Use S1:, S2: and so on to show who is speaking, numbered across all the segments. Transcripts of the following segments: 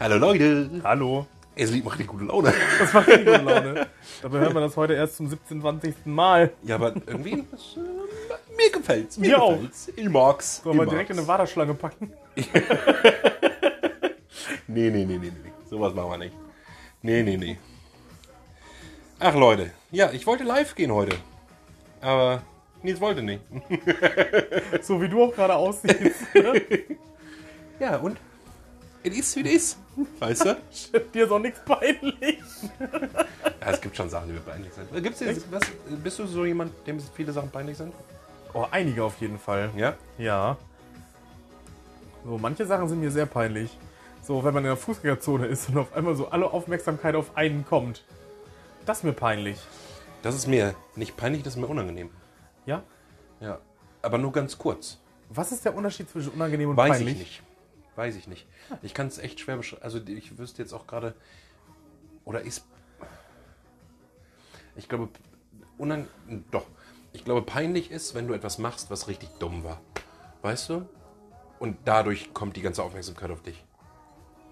S1: Hallo Leute,
S2: Hallo.
S1: es liegt macht die gute Laune.
S2: Das macht die gute Laune. Dabei hören wir das heute erst zum 17, 20. Mal.
S1: Ja, aber irgendwie, das, äh, mir gefällt's, mir
S2: Mir auch.
S1: gefällt's. Ich mag's.
S2: Sollen wir
S1: ich
S2: direkt in eine
S1: mag's.
S2: Waderschlange packen?
S1: Nee, nee, nee, nee, nee, nee, sowas machen wir nicht. Nee, nee, nee. Ach Leute, ja, ich wollte live gehen heute, aber Nils wollte nicht.
S2: So wie du auch gerade aussiehst.
S1: Ja, und? Es ist, wie es ist, weißt du?
S2: Dir ist auch nichts peinlich.
S1: Ja, es gibt schon Sachen, die mir peinlich sind. Äh, Gibt's dir, was, bist du so jemand, dem viele Sachen peinlich sind?
S2: Oh, einige auf jeden Fall.
S1: Ja?
S2: Ja. So, manche Sachen sind mir sehr peinlich. So, wenn man in der Fußgängerzone ist und auf einmal so alle Aufmerksamkeit auf einen kommt. Das ist mir peinlich.
S1: Das ist mir nicht peinlich, das ist mir unangenehm.
S2: Ja?
S1: Ja, aber nur ganz kurz.
S2: Was ist der Unterschied zwischen unangenehm und
S1: Weiß
S2: peinlich?
S1: ich nicht. Weiß ich nicht. Ich kann es echt schwer beschreiben. Also ich wüsste jetzt auch gerade. Oder ist. Ich glaube, unang. Doch. Ich glaube, peinlich ist, wenn du etwas machst, was richtig dumm war. Weißt du? Und dadurch kommt die ganze Aufmerksamkeit auf dich.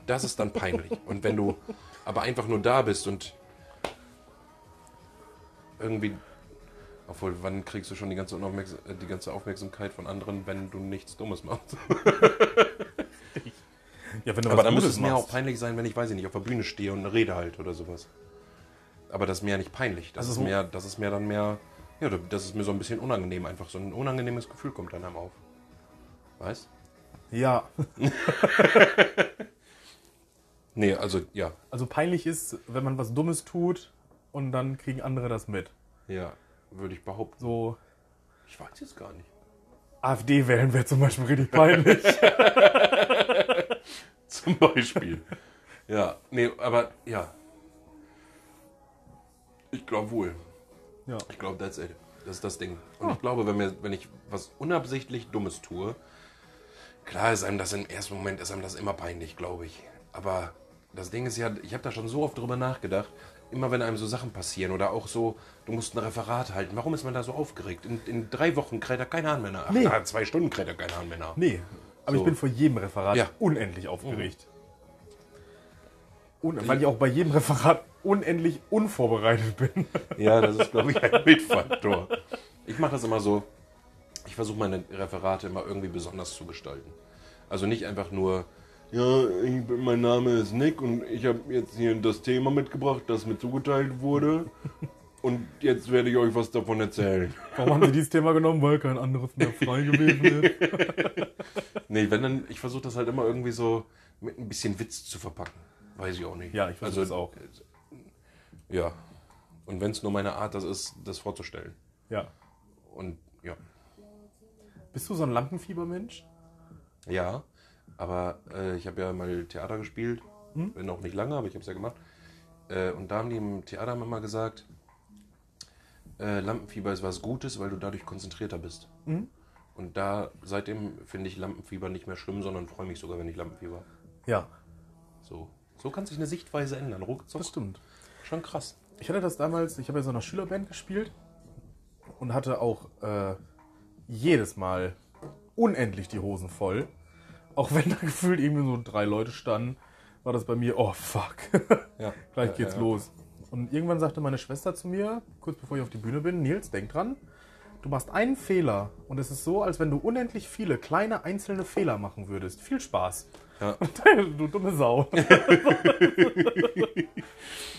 S1: Das ist dann peinlich. und wenn du aber einfach nur da bist und irgendwie. Obwohl, wann kriegst du schon die ganze, Unaufmerksam äh, die ganze Aufmerksamkeit von anderen, wenn du nichts Dummes machst?
S2: Ja, wenn du
S1: Aber
S2: was
S1: dann muss
S2: Gutes
S1: es mir
S2: machst.
S1: auch peinlich sein, wenn ich, weiß ich nicht, auf der Bühne stehe und eine Rede halt oder sowas. Aber das ist mir ja nicht peinlich. Das,
S2: Also
S1: ist,
S2: so-
S1: mehr, das ist mir dann mehr, ja, das ist mir so ein bisschen unangenehm einfach. So ein unangenehmes Gefühl kommt dann einem auf. Weißt?
S2: Ja,
S1: Nee, also, ja.
S2: also peinlich ist, wenn man was Dummes tut und dann kriegen andere das mit.
S1: Ja, würde ich behaupten.
S2: So
S1: Ich weiß jetzt gar nicht.
S2: AfD wählen wäre zum Beispiel richtig peinlich.
S1: Zum Beispiel. ja, nee, aber, ja. Ich glaube wohl.
S2: ja.
S1: Ich glaube, that's it. Das ist das Ding. Und ich glaube, wenn, mir, wenn ich was unabsichtlich Dummes tue, klar ist einem das im ersten Moment ist einem das immer peinlich, glaube ich. Aber das Ding ist ja, ich habe da schon so oft drüber nachgedacht. Immer wenn einem so Sachen passieren oder auch so, du musst ein Referat halten. Warum ist man da so aufgeregt? In, in drei Wochen kräht er kein Hahn mehr nach. Ach,
S2: Nee.
S1: Na, zwei Stunden kräht er kein Hahn mehr nach.
S2: Nee, aber
S1: So.
S2: ich bin vor jedem Referat
S1: Ja.
S2: unendlich aufgeregt. Un weil ich auch bei jedem Referat unendlich unvorbereitet bin.
S1: Ja, das ist, glaube ich, ein Mitfaktor. Ich mache das immer so, ich versuche meine Referate immer irgendwie besonders zu gestalten. Also nicht einfach nur, ja, ich, bin- mein Name ist Nick und ich habe jetzt hier das Thema mitgebracht, das mir zugeteilt wurde. Und jetzt werde ich euch was davon erzählen.
S2: Warum haben sie dieses Thema genommen? Weil kein anderes mehr frei gewesen ist.
S1: Nee, wenn dann, ich versuche das halt immer irgendwie so mit ein bisschen Witz zu verpacken. Weiß ich auch nicht. Also,
S2: Ja, ich versuch das auch.
S1: Ja. Und wenn es nur meine Art das ist, das vorzustellen.
S2: Ja.
S1: Und ja.
S2: Bist du so ein Lampenfiebermensch?
S1: Ja, aber äh, ich habe ja mal Theater gespielt,
S2: Hm?
S1: wenn auch nicht lange, aber ich habe es ja gemacht. Äh, und da haben die im Theater immer gesagt, äh, Lampenfieber ist was Gutes, weil du dadurch konzentrierter bist.
S2: Hm?
S1: Und da seitdem finde ich Lampenfieber nicht mehr schlimm, sondern freue mich sogar, wenn ich Lampenfieber habe.
S2: Ja,
S1: So. so kann sich eine Sichtweise ändern. Ruckzuck.
S2: das stimmt.
S1: Schon krass.
S2: Ich hatte das damals, ich habe ja so in einer Schülerband gespielt und hatte auch äh, jedes Mal unendlich die Hosen voll. Auch wenn da gefühlt irgendwie so drei Leute standen, war das bei mir, oh fuck,
S1: Ja.
S2: gleich
S1: Ja,
S2: geht's
S1: ja, ja.
S2: los. Und irgendwann sagte meine Schwester zu mir, kurz bevor ich auf die Bühne bin, Nils, denk dran, du machst einen Fehler und es ist so, als wenn du unendlich viele kleine einzelne Fehler machen würdest. Viel Spaß.
S1: Ja.
S2: du dumme Sau.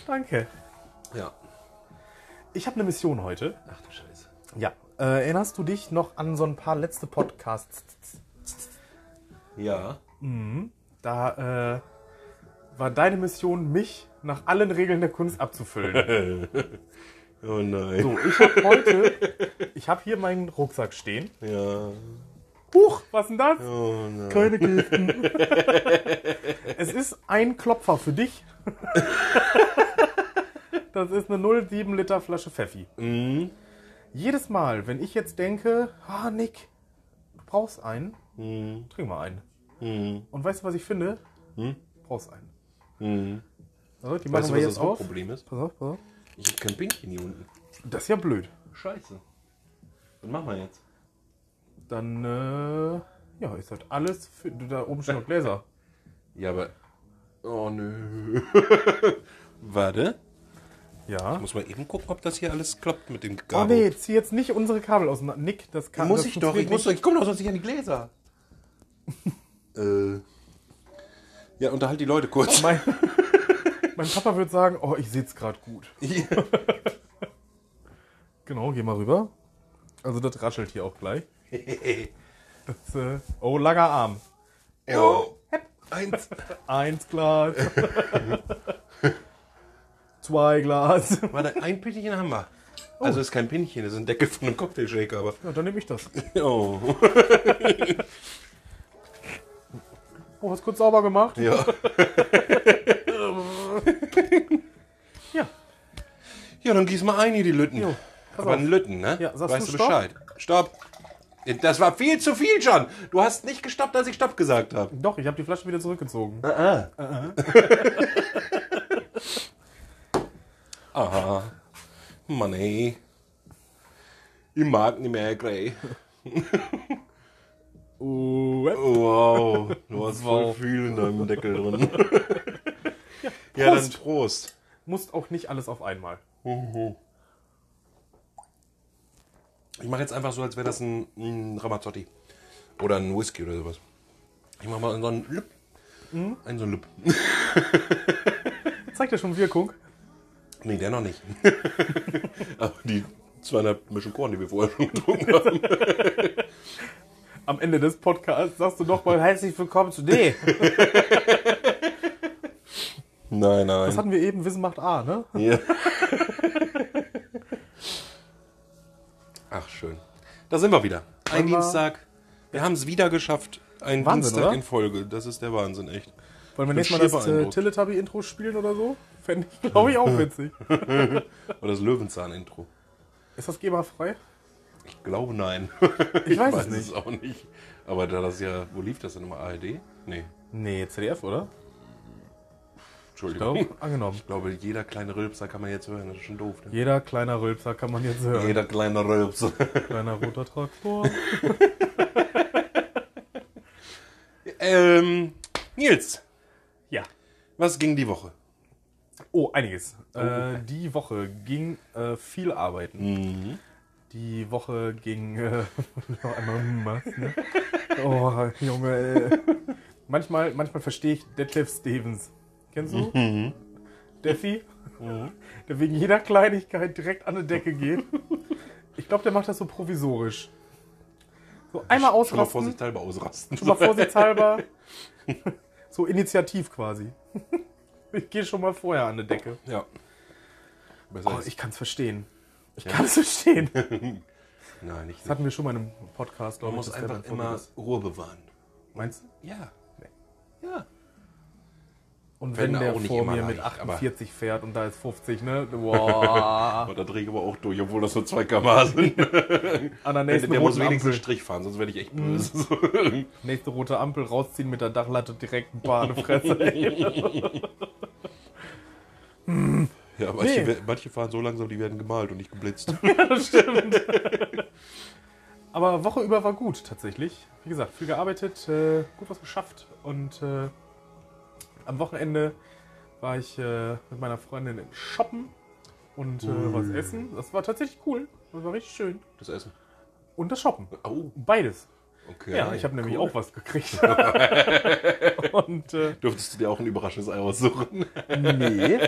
S2: Danke.
S1: Ja.
S2: Ich habe eine Mission heute.
S1: Ach du Scheiße.
S2: Ja. Äh, erinnerst du dich noch an so ein paar letzte Podcasts?
S1: Ja.
S2: Da äh, war deine Mission, mich nach allen Regeln der Kunst abzufüllen.
S1: Oh nein.
S2: So, ich habe heute, ich habe hier meinen Rucksack stehen.
S1: Ja.
S2: Huch, was denn das?
S1: Oh nein.
S2: Keine Giften. es ist ein Klopfer für dich. das ist eine 0,7 Liter Flasche Pfeffi.
S1: Mhm.
S2: Jedes Mal, wenn ich jetzt denke, ah Nick, du brauchst einen,
S1: Mhm.
S2: trink mal einen.
S1: Mhm.
S2: Und weißt du, was ich finde?
S1: Hm?
S2: Du brauchst einen.
S1: Mhm.
S2: So, die machen
S1: Weißt du,
S2: wir
S1: was
S2: jetzt
S1: das
S2: auf.
S1: Hauptproblem ist?
S2: Pass auf, pass auf.
S1: Ich hab kein Pinky hier unten.
S2: Das ist ja blöd.
S1: Scheiße. Was machen wir jetzt?
S2: Dann, äh, ja, ist halt alles, für, da oben stehen noch Gläser.
S1: Ja, aber Oh nö. Warte.
S2: Ja.
S1: Muss mal eben gucken, ob das hier alles klappt mit dem
S2: Oh
S1: Kabel.
S2: nee, zieh jetzt nicht unsere Kabel auseinander. Nick, das kann
S1: muss
S2: das
S1: ich doch. Ich,
S2: funktioniert
S1: muss doch,
S2: nicht.
S1: ich komme doch sonst nicht an die Gläser. äh. Ja, unterhalt die Leute kurz.
S2: Mein, mein Papa würde sagen, oh, ich seh's gerade gut.
S1: Hier.
S2: Genau, geh mal rüber. Also das raschelt hier auch gleich. Das, äh, oh, langer Arm. Oh,
S1: Jo. Eins.
S2: Eins Glas. Zwei Glas.
S1: Warte, ein Pinchen haben wir.
S2: Oh.
S1: Also ist kein Pinchen, das ist ein Deckel von einem Cocktailshaker, aber.
S2: Ja, dann nehme ich das.
S1: Oh.
S2: Oh, hast kurz sauber gemacht?
S1: Ja.
S2: Ja.
S1: Ja, dann gieß mal ein hier die Lütten.
S2: Jo, pass
S1: aber
S2: auf.
S1: ein Lütten, ne?
S2: Ja, sagst
S1: weißt
S2: du
S1: du Bescheid. Stopp. Das war viel zu viel schon. Du hast nicht gestoppt, als ich Stopp gesagt habe.
S2: Doch, ich habe die Flasche wieder zurückgezogen.
S1: Äh, Aha. Mann, ey. Ich mag nicht mehr, Grey.
S2: Oh, äh,
S1: Wow, du hast voll viel in deinem Deckel drin. ja, dann
S2: Prost.
S1: Prost.
S2: musst auch nicht alles auf einmal.
S1: Mhm. Ich mache jetzt einfach so, als wäre das ein, ein Ramazzotti. Oder ein Whisky oder sowas. Ich mache mal in so einen Lüb.
S2: Mhm.
S1: Einen so einen Lüb.
S2: Zeigt ja schon Wirkung.
S1: Nee, der noch nicht. Aber die zweieinhalb Mischung Korn, die wir vorher schon getrunken haben.
S2: Am Ende des Podcasts sagst du nochmal herzlich willkommen zu D.
S1: Nein,
S2: Das
S1: nein.
S2: hatten wir eben, Wissen macht A, ne?
S1: Ja. Ach, schön. Da sind wir wieder. Ein
S2: Wollen wir-
S1: Dienstag. Wir haben es wieder geschafft. Ein
S2: Wahnsinn,
S1: Dienstag
S2: oder?
S1: in Folge. Das ist der Wahnsinn, echt.
S2: Wollen wir
S1: Bin
S2: nächstes Mal
S1: schier
S2: das äh,
S1: beeindruckt.
S2: Teletubby-Intro spielen oder so? Fände ich, glaube ich, auch witzig.
S1: Oder das Löwenzahn-Intro.
S2: Ist das GEMA-frei?
S1: Ich glaube, nein.
S2: Ich weiß es
S1: Weiß
S2: nicht.
S1: es auch nicht. Aber da das ja, wo lief das denn immer? ARD? Nee,
S2: Nee, ZDF, oder?
S1: Entschuldigung.
S2: Glaub,
S1: Ich
S2: angenommen.
S1: glaube, jeder kleine Rülpser kann man jetzt hören. Das ist schon doof. Ne?
S2: Jeder kleiner Rülpser kann man jetzt hören.
S1: Jeder kleine Rülpser.
S2: Kleiner roter Traktor.
S1: ähm, Nils,
S2: ja.
S1: was ging die Woche?
S2: Oh, einiges. Äh, die Woche ging äh, viel arbeiten.
S1: Mhm.
S2: Die Woche ging äh, noch einmal hm, was, ne? Oh, Junge. Ey. Manchmal, manchmal verstehe ich Detlef Stevens. Kennst du? Defi? Mhm. Der wegen jeder Kleinigkeit direkt an die Decke geht. Ich glaube, der macht das so provisorisch. So einmal
S1: Schon mal
S2: ausrasten,
S1: vorsichtshalber ausrasten.
S2: schon mal vorsichtshalber. so initiativ quasi. Ich gehe schon mal vorher an die Decke.
S1: Ja. Besser
S2: Oh,
S1: als-
S2: ich kann es verstehen. Ich kann es verstehen.
S1: Nein, ich
S2: Das hatten wir schon mal in einem Podcast. glaub
S1: Man
S2: ich,
S1: muss
S2: dass der
S1: einfach
S2: dann
S1: immer
S2: vorgeht.
S1: Ruhe bewahren.
S2: Meinst du?
S1: Ja.
S2: Nee.
S1: Ja.
S2: Und
S1: Wenn
S2: wenn, der
S1: auch nicht
S2: vor
S1: immer
S2: mir mit
S1: leicht, aber-
S2: 48 fährt und da ist 50, ne? Boah.
S1: Aber da drehe ich aber auch durch, obwohl das nur zwei Kammer sind.
S2: An der
S1: Der,
S2: nächsten
S1: der muss wenigstens
S2: roten
S1: einen
S2: Ampel.
S1: Strich fahren, sonst werde ich
S2: Mhm.
S1: echt böse. So.
S2: Nächste rote Ampel rausziehen mit der Dachlatte direkt ein paar in die Fresse. ey.
S1: Ja, manche,
S2: Nee.
S1: manche fahren so langsam, die werden gemalt und nicht geblitzt.
S2: das stimmt. Aber Woche über war gut tatsächlich. Wie gesagt, viel gearbeitet, äh, gut was geschafft. Und äh, am Wochenende war ich äh, mit meiner Freundin im Shoppen und äh, was essen. Das war tatsächlich cool. Das war richtig schön.
S1: Das Essen.
S2: Und das Shoppen.
S1: Oh,
S2: Beides.
S1: okay.
S2: Ja, ich habe nämlich
S1: cool.
S2: auch was gekriegt. und äh,
S1: Dürftest du dir auch ein überraschendes Ei aussuchen?
S2: nee.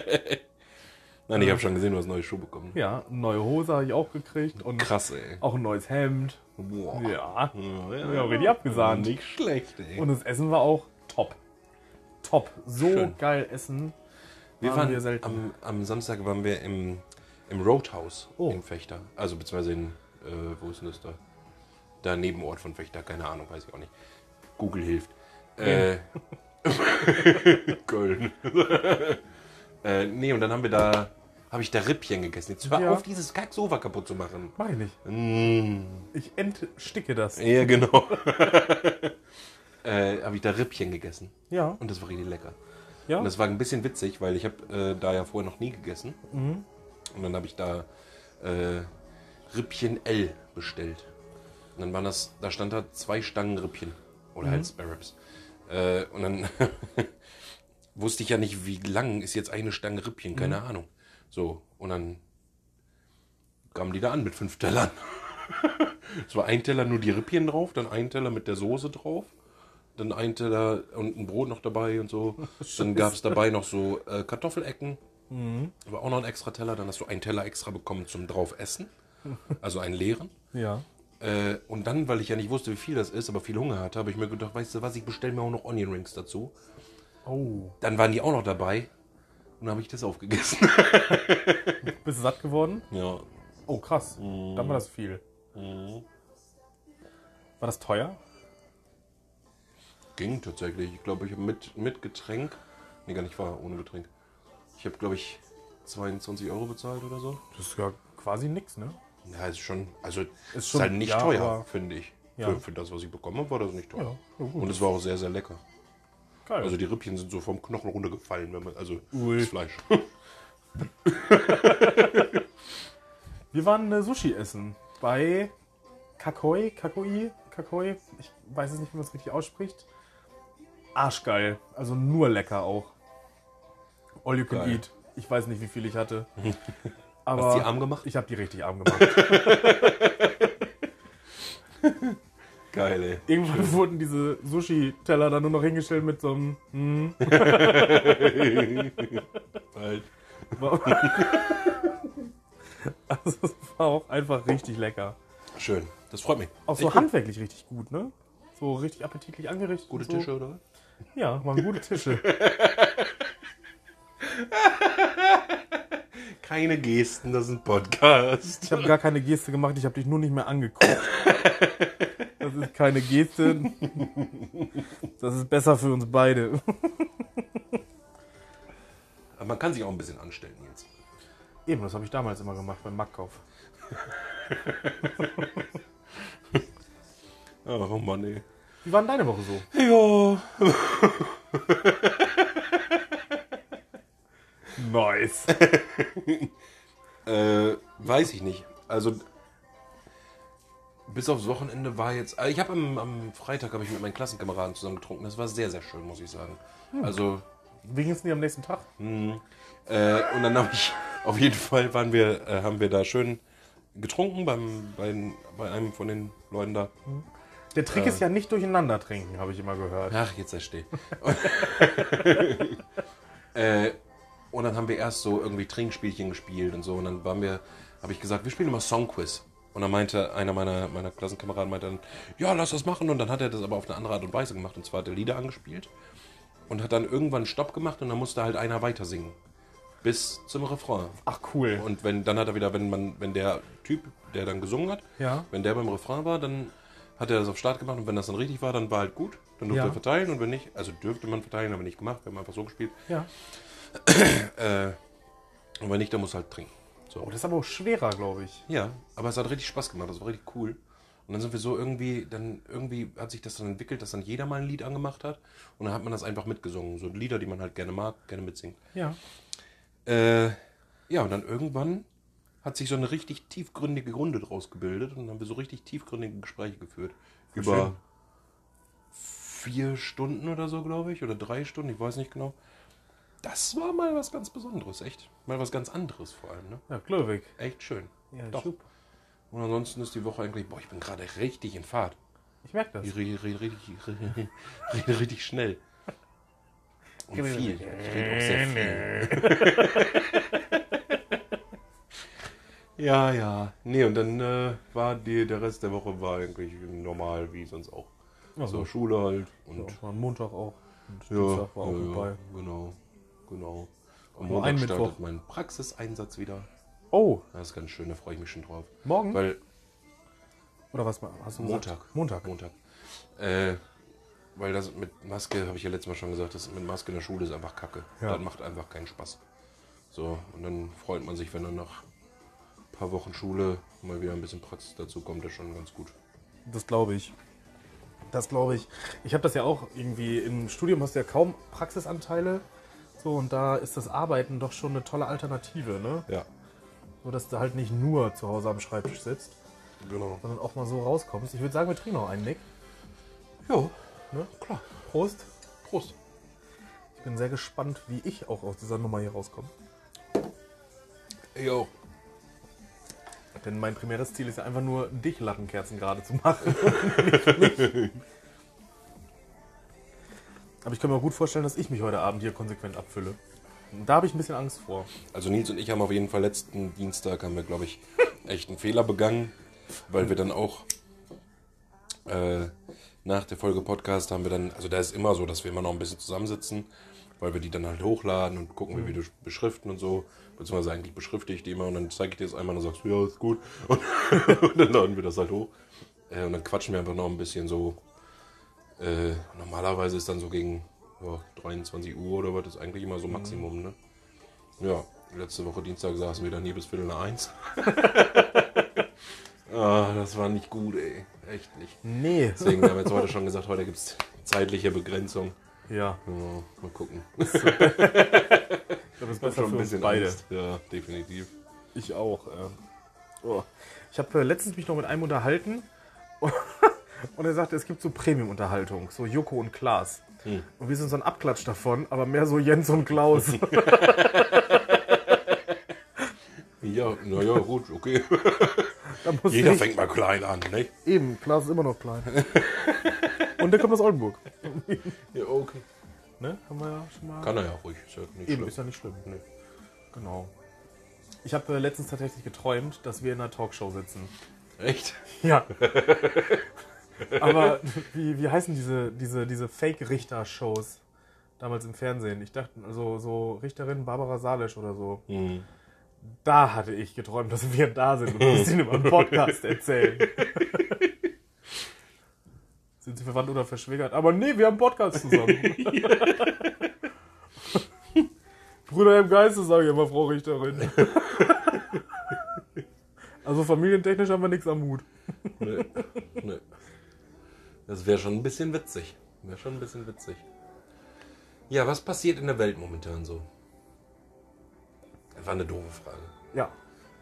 S1: Nein,
S2: Ähm.
S1: ich habe schon gesehen, du hast neue Schuhe bekommen.
S2: Ja, neue Hose habe ich auch gekriegt und
S1: Krass, ey.
S2: auch ein neues Hemd.
S1: Boah.
S2: Ja,
S1: Ja, ja.
S2: ja richtig abgesahnt.
S1: Nicht schlecht, ey.
S2: Und das Essen war auch top. Top. So
S1: Schön.
S2: geil essen.
S1: wir
S2: waren
S1: waren
S2: wir selten.
S1: Am, am Samstag waren wir im, im Roadhouse
S2: Oh.
S1: in Fechter. Also beziehungsweise in, äh, wo ist denn das da? Da Nebenort von Fechter, keine Ahnung, weiß ich auch nicht. Google hilft. Äh, Köln. äh, nee, und dann haben wir da, habe ich da Rippchen gegessen. Jetzt hör
S2: Ja.
S1: auf, dieses Kacksofa kaputt zu machen.
S2: Mach ich nicht.
S1: Mm.
S2: Ich entsticke das.
S1: Ja, genau. äh, habe ich da Rippchen gegessen.
S2: Ja,
S1: Und das war richtig lecker.
S2: ja.
S1: Und das war ein bisschen witzig, weil ich habe äh, da ja vorher noch nie gegessen. Und dann habe ich da äh, Rippchen L bestellt. Und dann waren das, da stand da zwei Stangen Rippchen. Oder halt Spare Ribs. Äh, und dann wusste ich ja nicht, wie lang ist jetzt eine Stange Rippchen, keine Ahnung. So, und dann kamen die da an mit fünf Tellern. es war ein Teller nur die Rippchen drauf, dann ein Teller mit der Soße drauf, dann ein Teller und ein Brot noch dabei und so. dann gab es dabei noch so äh, Kartoffelecken. War auch noch ein extra Teller, dann hast du einen Teller extra bekommen zum Draufessen. Also einen leeren.
S2: Ja.
S1: Äh, und dann, weil ich ja nicht wusste, wie viel das ist, aber viel Hunger hatte, habe ich mir gedacht, weißt du was, ich bestelle mir auch noch Onion Rings dazu.
S2: Oh.
S1: Dann waren die auch noch dabei. Und dann habe ich das aufgegessen.
S2: Bist du satt geworden?
S1: ja.
S2: Oh, krass.
S1: Mhm.
S2: Dann war das viel. War das teuer?
S1: Ging tatsächlich. Ich glaube, ich habe mit, mit Getränk. Nee, gar nicht wahr, ohne Getränk. Ich habe, glaube ich, 22 Euro bezahlt oder so.
S2: Das ist ja quasi nix, ne?
S1: Ja, ist schon. Also ist,
S2: schon-
S1: halt nicht
S2: ja,
S1: teuer,
S2: aber-
S1: finde ich.
S2: Ja.
S1: Für, für das, was ich bekommen habe, war das nicht teuer.
S2: Ja, ja, gut.
S1: Und es war auch sehr, sehr lecker.
S2: Geil.
S1: Also die Rippchen sind so vom Knochen runtergefallen, wenn man. Also
S2: Ui.
S1: das Fleisch.
S2: Wir waren äh, Sushi essen bei Kakoi, Kakoi, Kakoi. Ich weiß es nicht, wie man es richtig ausspricht. Arschgeil. Also nur lecker auch. All you can
S1: Geil.
S2: eat. Ich weiß nicht, wie viel ich hatte. Aber
S1: Hast du die arm gemacht?
S2: Ich habe die richtig arm gemacht.
S1: Geil, ey.
S2: Irgendwann wurden diese Sushi-Teller dann nur noch hingestellt mit so einem. Hm,
S1: Halt.
S2: war- also es war auch einfach richtig lecker.
S1: Schön. Das freut mich.
S2: Auch so
S1: Echt gut.
S2: handwerklich richtig gut, ne? So richtig appetitlich angerichtet.
S1: Gute
S2: und so.
S1: Tische oder was?
S2: Ja, waren gute Tische.
S1: Keine Gesten, das ist ein Podcast.
S2: Ich habe gar keine Geste gemacht, ich habe dich nur nicht mehr angeguckt. Das ist keine Geste. Das ist besser für uns beide.
S1: Aber man kann sich auch ein bisschen anstellen jetzt.
S2: Eben, das habe ich damals immer gemacht beim Mackkauf.
S1: Oh Mann, ey.
S2: Wie war denn deine Woche so?
S1: Ja.
S2: Nice.
S1: Äh, weiß ich nicht. Also bis aufs Wochenende war jetzt. Also ich habe am, am Freitag habe ich mit meinen Klassenkameraden zusammen getrunken. Das war sehr sehr schön, muss ich sagen. Also
S2: Wie ging es dir am nächsten Tag?
S1: äh, und dann habe ich auf jeden Fall waren wir äh, haben wir da schön getrunken beim bei, bei einem von den Leuten da.
S2: Der Trick ist ja nicht durcheinander trinken, habe ich immer gehört.
S1: Ach, jetzt verstehe. äh, und dann haben wir erst so irgendwie Trinkspielchen gespielt und so. Und dann waren wir, habe ich gesagt, wir spielen immer Songquiz. Und dann meinte einer meiner, meiner Klassenkameraden, meinte dann, ja, lass das machen. Und dann hat er das aber auf eine andere Art und Weise gemacht. Und zwar hat er Lieder angespielt und hat dann irgendwann Stopp gemacht und dann musste halt einer weiter singen. Bis zum Refrain.
S2: Ach cool.
S1: Und wenn, dann hat er wieder, wenn man, wenn der Typ, der dann gesungen hat,
S2: Ja.
S1: wenn der beim Refrain war, dann hat er das auf Start gemacht und wenn das dann richtig war, dann war halt gut. Dann durfte
S2: Ja.
S1: er verteilen und wenn nicht, also dürfte man verteilen, aber nicht gemacht, wir haben einfach so gespielt.
S2: Ja.
S1: Äh, und wenn nicht, dann muss er halt trinken.
S2: Oh,
S1: So.
S2: das ist aber auch schwerer, glaube ich.
S1: Ja, aber es hat richtig Spaß gemacht, das war richtig cool. Und dann sind wir so irgendwie, dann irgendwie hat sich das dann entwickelt, dass dann jeder mal ein Lied angemacht hat und dann hat man das einfach mitgesungen. So Lieder, die man halt gerne mag, gerne mitsingt.
S2: Ja.
S1: Äh, ja, und dann irgendwann hat sich so eine richtig tiefgründige Runde draus gebildet und dann haben wir so richtig tiefgründige Gespräche geführt. über
S2: schön.
S1: vier Stunden oder so, glaube ich, oder drei Stunden, ich weiß nicht genau. Das war mal was ganz Besonderes, echt. Mal was ganz anderes vor allem, ne?
S2: Ja, Glöwig.
S1: Echt schön.
S2: Ja,
S1: Doch.
S2: super.
S1: Und ansonsten ist die Woche eigentlich, boah, ich bin gerade richtig in Fahrt.
S2: Ich merke das.
S1: Ich rede, rede, richtig, rede, rede richtig schnell. Und viel. Ich rede auch sehr viel. ja, ja. Nee, und dann äh, war die, der Rest der Woche war eigentlich normal, wie sonst auch.
S2: Ja,
S1: So,
S2: so.
S1: Schule halt. Und
S2: Ja, war am Montag auch. Und
S1: ja,
S2: Dienstag war auch
S1: ja, ja,
S2: dabei.
S1: genau. Genau. Am
S2: Nur
S1: Montag
S2: ein
S1: startet
S2: Mittwoch.
S1: mein Praxiseinsatz wieder.
S2: Oh,
S1: Das ist ganz schön, da freue ich mich schon drauf.
S2: morgen?
S1: Weil
S2: Oder was hast du gesagt?
S1: Montag.
S2: Montag.
S1: Montag. Äh, weil das mit Maske, habe ich ja letztes Mal schon gesagt, das mit Maske in der Schule ist einfach Kacke.
S2: Ja.
S1: Das macht einfach keinen Spaß. So, und dann freut man sich, wenn dann nach ein paar Wochen Schule mal wieder ein bisschen Praxis dazu kommt, das ist schon ganz gut.
S2: Das glaube ich. Das glaube ich. Ich habe das ja auch irgendwie im Studium hast du ja kaum Praxisanteile. So, und da ist das Arbeiten doch schon eine tolle Alternative, ne?
S1: Ja,
S2: So, dass du halt nicht nur zu Hause am Schreibtisch sitzt,
S1: genau.
S2: sondern auch mal so rauskommst. Ich würde sagen, wir trinken noch einen Nick.
S1: Ja,
S2: Ne?
S1: klar.
S2: Prost.
S1: Prost.
S2: Ich bin sehr gespannt, wie ich auch aus dieser Nummer hier rauskomme.
S1: Ich auch.
S2: Denn mein primäres Ziel ist ja einfach nur, dich Lattenkerzen gerade zu machen. nicht mich. Aber ich kann mir auch gut vorstellen, dass ich mich heute Abend hier konsequent abfülle. Und Da habe ich ein bisschen Angst vor.
S1: Also Nils und ich haben auf jeden Fall letzten Dienstag haben wir, glaube ich, echt einen Fehler begangen, weil wir dann auch äh, nach der Folge Podcast haben wir dann, also da ist immer so, dass wir immer noch ein bisschen zusammensitzen, weil wir die dann halt hochladen und gucken, wie wir die beschriften und so, beziehungsweise eigentlich beschrifte ich die immer und dann zeige ich dir das einmal und dann sagst du, ja, ist gut und, und dann laden wir das halt hoch äh, und dann quatschen wir einfach noch ein bisschen so. Äh, normalerweise ist dann so gegen ja, 23 Uhr oder was ist eigentlich immer so Maximum, ne? Ja, letzte Woche Dienstag saßen wir dann hier bis Viertel nach eins. ah, das war nicht gut, ey. Echt nicht.
S2: Nee.
S1: Deswegen wir haben jetzt heute schon gesagt, heute gibt es zeitliche Begrenzung.
S2: Ja,
S1: Ja, mal gucken.
S2: ich glaube, das ist besser für uns beide.
S1: Angst. Ja, definitiv.
S2: Ich auch. Ja. Oh. Ich habe äh, letztens mich noch mit einem unterhalten und er sagte, es gibt so Premium-Unterhaltung, so Joko und Klaas. Und wir sind so ein Abklatsch davon, aber mehr so Jens und Klaus.
S1: Ja, naja, gut, okay.
S2: Da muss
S1: Jeder
S2: ich-
S1: fängt mal klein an, ne?
S2: Eben, Klaas ist immer noch klein. und der kommt aus Oldenburg.
S1: Ja, okay.
S2: Ne? Haben wir ja schon mal.
S1: Kann er ja ruhig. Ist ja nicht
S2: Eben,
S1: schlimm.
S2: ist ja nicht schlimm. Nee. Genau. Ich habe äh, letztens tatsächlich geträumt, dass wir in einer Talkshow sitzen.
S1: Echt?
S2: Ja. Aber wie, wie heißen diese, diese, diese Fake-Richter-Shows damals im Fernsehen? Ich dachte, also so Richterin Barbara Salisch oder so. Da hatte ich geträumt, dass wir da sind und ein bisschen über einen Podcast erzählen. sind sie verwandt oder verschwägert? Aber nee, wir haben einen Podcast zusammen. Brüder im Geiste, sage ich immer, Frau Richterin. also familientechnisch haben wir nichts am Hut.
S1: Nee. nee. Das wäre schon ein bisschen witzig. Wäre schon ein bisschen witzig. Ja, was passiert in der Welt momentan so? Das war eine doofe Frage.
S2: Ja,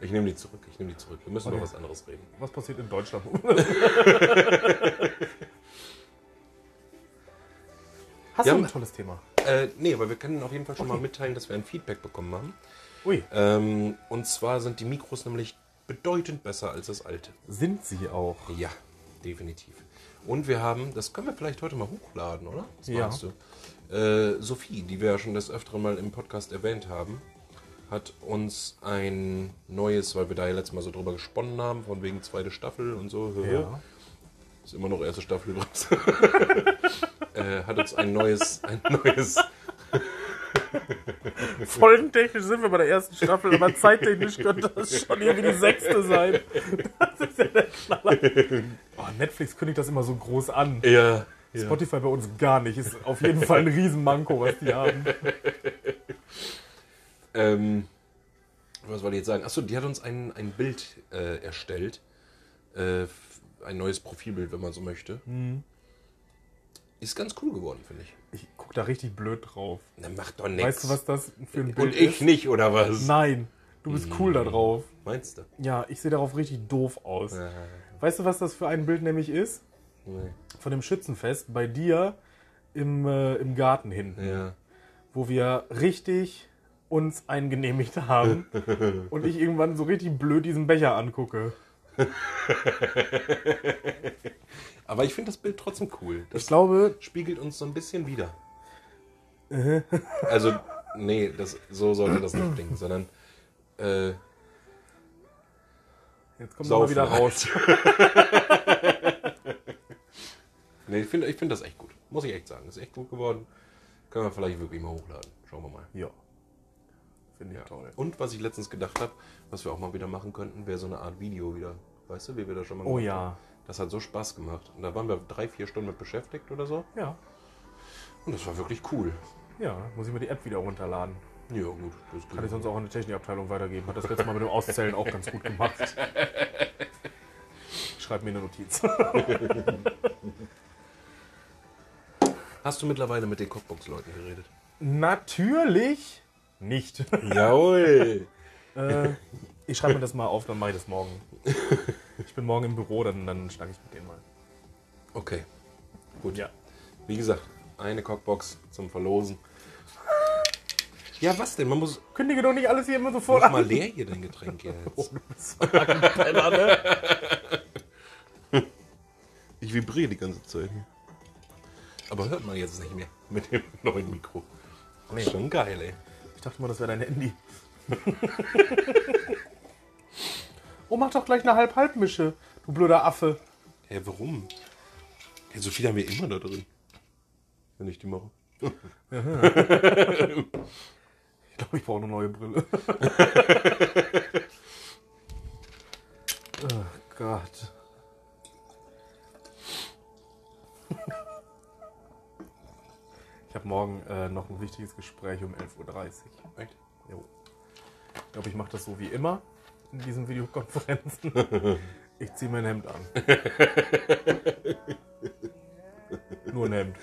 S1: Ich nehme die zurück. Ich nehme die zurück. Wir müssen
S2: Okay.
S1: über was anderes reden.
S2: was passiert in Deutschland? Hast
S1: Ja,
S2: du ein
S1: aber-
S2: tolles Thema?
S1: Äh, nee, aber wir können auf jeden Fall schon mal
S2: Okay.
S1: mitteilen, dass wir ein Feedback bekommen haben.
S2: Ui,
S1: Ähm, und zwar sind die Mikros nämlich bedeutend besser als das alte.
S2: sind sie auch.
S1: Ja, definitiv. Und wir haben, das können wir vielleicht heute mal hochladen, oder? Was
S2: Ja.
S1: meinst du? Äh, Sophie, die wir ja schon des Öfteren mal im Podcast erwähnt haben, hat uns ein neues, weil wir da ja letztes Mal so drüber gesponnen haben, von wegen zweite Staffel und so.
S2: Ja.
S1: Ist immer noch erste Staffel übrigens. äh, hat uns ein neues, ein neues
S2: Folgentechnisch sind wir bei der ersten Staffel, aber zeittechnisch könnte das schon irgendwie die sechste sein. Das ist ja der Knaller. Oh, Netflix kündigt das immer so groß an.
S1: ja,
S2: Spotify bei uns gar nicht. Ist auf jeden Fall ein Riesenmanko, was die haben.
S1: Ähm, was wollte ich jetzt sagen? Achso, die hat uns ein, ein Bild äh, erstellt. Äh, f- ein neues Profilbild, wenn man so möchte.
S2: Mhm.
S1: Ist ganz cool geworden, finde ich.
S2: Ich gucke da richtig blöd drauf.
S1: Na, macht doch nichts.
S2: Weißt du, was das für ein Bild
S1: Und ich
S2: ist?
S1: nicht, oder was?
S2: Nein, du bist cool da drauf.
S1: Meinst du?
S2: Ja, ich sehe darauf richtig doof aus.
S1: Äh,
S2: Weißt du, was das für ein Bild nämlich ist?
S1: nee.
S2: Von dem Schützenfest bei dir im, äh, im Garten hinten,
S1: Ja.
S2: wo wir richtig uns eingenehmigt haben und ich irgendwann so richtig blöd diesen Becher angucke.
S1: Aber ich finde das Bild trotzdem cool. Das
S2: Ich glaube,
S1: spiegelt uns so ein bisschen wieder.
S2: Äh.
S1: also, nee, das, so sollte das nicht klingen, sondern äh,
S2: jetzt kommt
S1: Saufen
S2: mal wieder
S1: halt.
S2: raus.
S1: Nee, ich finde ich find das echt gut. Muss ich echt sagen. Ist echt gut geworden. Können wir vielleicht wirklich mal hochladen. Schauen wir mal.
S2: Ja. Finde ich
S1: Ja.
S2: toll.
S1: Und was ich letztens gedacht habe, was wir auch mal wieder machen könnten, wäre so eine Art Video wieder. Weißt du, wie wir das schon mal
S2: Oh
S1: gemacht
S2: ja.
S1: haben? Das hat so Spaß gemacht. Und da waren wir drei, vier Stunden mit beschäftigt oder so.
S2: Ja.
S1: Und das war wirklich cool.
S2: Ja, muss ich mir die App wieder runterladen.
S1: Ja, gut. Das
S2: Kann ich sonst auch an die Technikabteilung weitergeben. Hat das letzte Mal mit dem Auszählen auch ganz gut gemacht. Schreib mir eine Notiz.
S1: Hast du mittlerweile mit den Cockbox-Leuten geredet?
S2: Natürlich nicht.
S1: Jawohl.
S2: äh, ich schreibe mir das mal auf, dann mache ich das morgen. Ich bin morgen im Büro, dann, dann schlage ich mit denen mal.
S1: Okay. Gut.
S2: Ja.
S1: Wie gesagt, eine Cockbox zum Verlosen. Ja, was denn? Man muss,
S2: Kündige doch nicht alles hier immer sofort
S1: mach
S2: an.
S1: mal leer hier dein Getränk jetzt.
S2: Penner, ne?
S1: Ich vibriere die ganze Zeit hier. Aber hört man jetzt nicht mehr mit dem neuen Mikro.
S2: Nee.
S1: Schon geil, ey.
S2: Ich dachte mal, das wäre dein Handy. oh, mach doch gleich eine Halb-Halb-Mische, du blöder Affe.
S1: Hä, warum? Hey, so viel haben wir immer da drin. Wenn ich die mache.
S2: Ich glaube, ich brauche eine neue Brille. oh Gott. Ich habe morgen äh, noch ein wichtiges Gespräch um 11.30 Uhr.
S1: Echt?
S2: Jo. Ich glaube, ich mache das so wie immer in diesen Videokonferenzen. Ich ziehe mein Hemd an. Nur ein Hemd.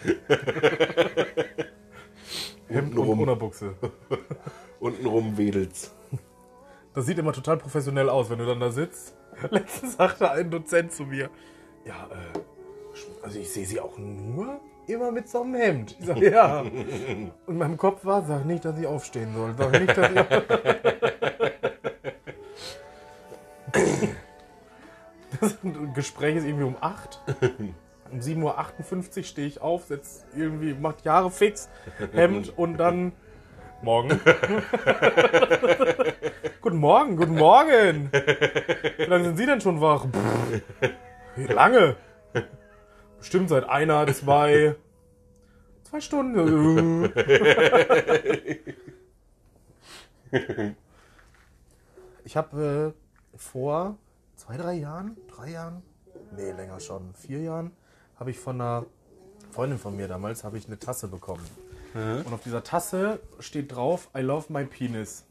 S2: Hemd und
S1: Untenrum.
S2: Unterbuchse.
S1: Untenrum wedelt's.
S2: Das sieht immer total professionell aus, wenn du dann da sitzt. Letztens sagte ein Dozent zu mir, ja, äh, also ich sehe sie auch nur immer mit so einem Hemd. Ich sage, ja. Und in meinem Kopf war, sag nicht, dass ich aufstehen soll. Sag nicht, dass ich... Das Gespräch ist irgendwie um 8. Um 7.58 Uhr stehe ich auf, setz irgendwie, macht Jahre fix, Hemd und dann... Morgen. Guten Morgen, guten Morgen. Wie lange sind Sie denn schon wach? Pff, wie lange? Bestimmt seit einer, zwei, zwei Stunden. Ich habe äh, vor zwei, drei Jahren, drei Jahren, nee, länger schon, vier Jahren, habe ich von einer Freundin von mir damals, habe ich eine Tasse bekommen. Und auf dieser Tasse steht drauf, I love my penis.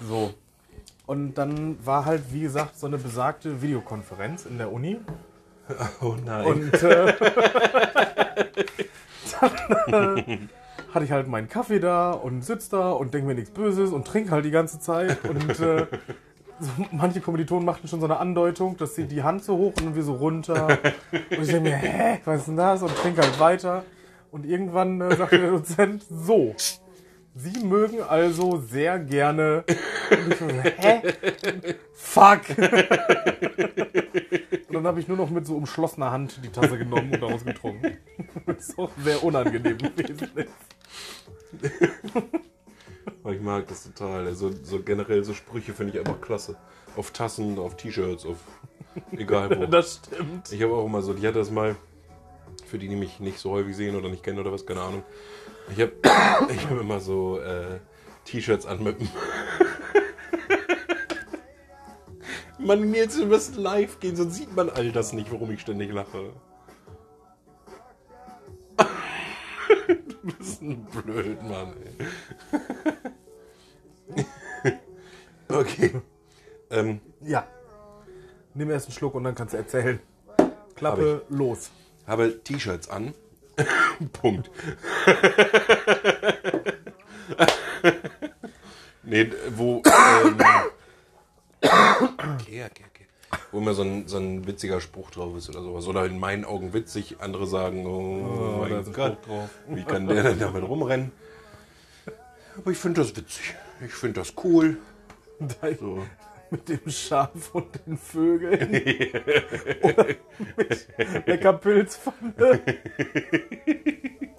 S2: So. Und dann war halt, wie gesagt, so eine besagte Videokonferenz in der Uni.
S1: Oh nein.
S2: Und äh, dann äh, hatte ich halt meinen Kaffee da und sitz da und denk mir nichts Böses und trink halt die ganze Zeit. Und äh, so, manche Kommilitonen machten schon so eine Andeutung, dass sie die Hand so hoch und wir so runter. Und ich denk mir, hä, was ist denn das? Und trink halt weiter. Und irgendwann äh, sagte der Dozent, so. Sie mögen also sehr gerne. Und ich so, hä? Fuck! Und dann habe ich nur noch mit so umschlossener Hand die Tasse genommen und daraus getrunken. Das ist auch sehr unangenehm gewesen.
S1: Aber ich mag das total. Also, so generell so Sprüche finde ich einfach klasse. Auf Tassen, auf T-Shirts, auf egal wo.
S2: Das stimmt.
S1: Ich habe auch immer so, ich hatte das mal, für die, die mich nicht so häufig sehen oder nicht kennen oder was, keine Ahnung. Ich habe ich hab immer so äh, T-Shirts an mit dem- Mann, Nils, wir müssen live gehen, sonst sieht man all das nicht, warum ich ständig lache. du bist ein blöd, Mann. ey. okay. Ähm,
S2: Ja. Nimm erst einen Schluck und dann kannst du erzählen. Klappe, los.
S1: habe T-Shirts an. Punkt. nee, wo. Ähm, okay, okay, okay. Wo immer so ein, so ein witziger Spruch drauf ist oder sowas. Oder in meinen Augen witzig, andere sagen, oh,
S2: da
S1: mein
S2: ist ein
S1: Gott,
S2: Spruch drauf.
S1: wie kann der denn damit rumrennen? Aber ich finde das witzig. Ich finde das cool.
S2: Da-
S1: So.
S2: Mit dem Schaf und den Vögeln. Oder mit lecker Pilzpfanne.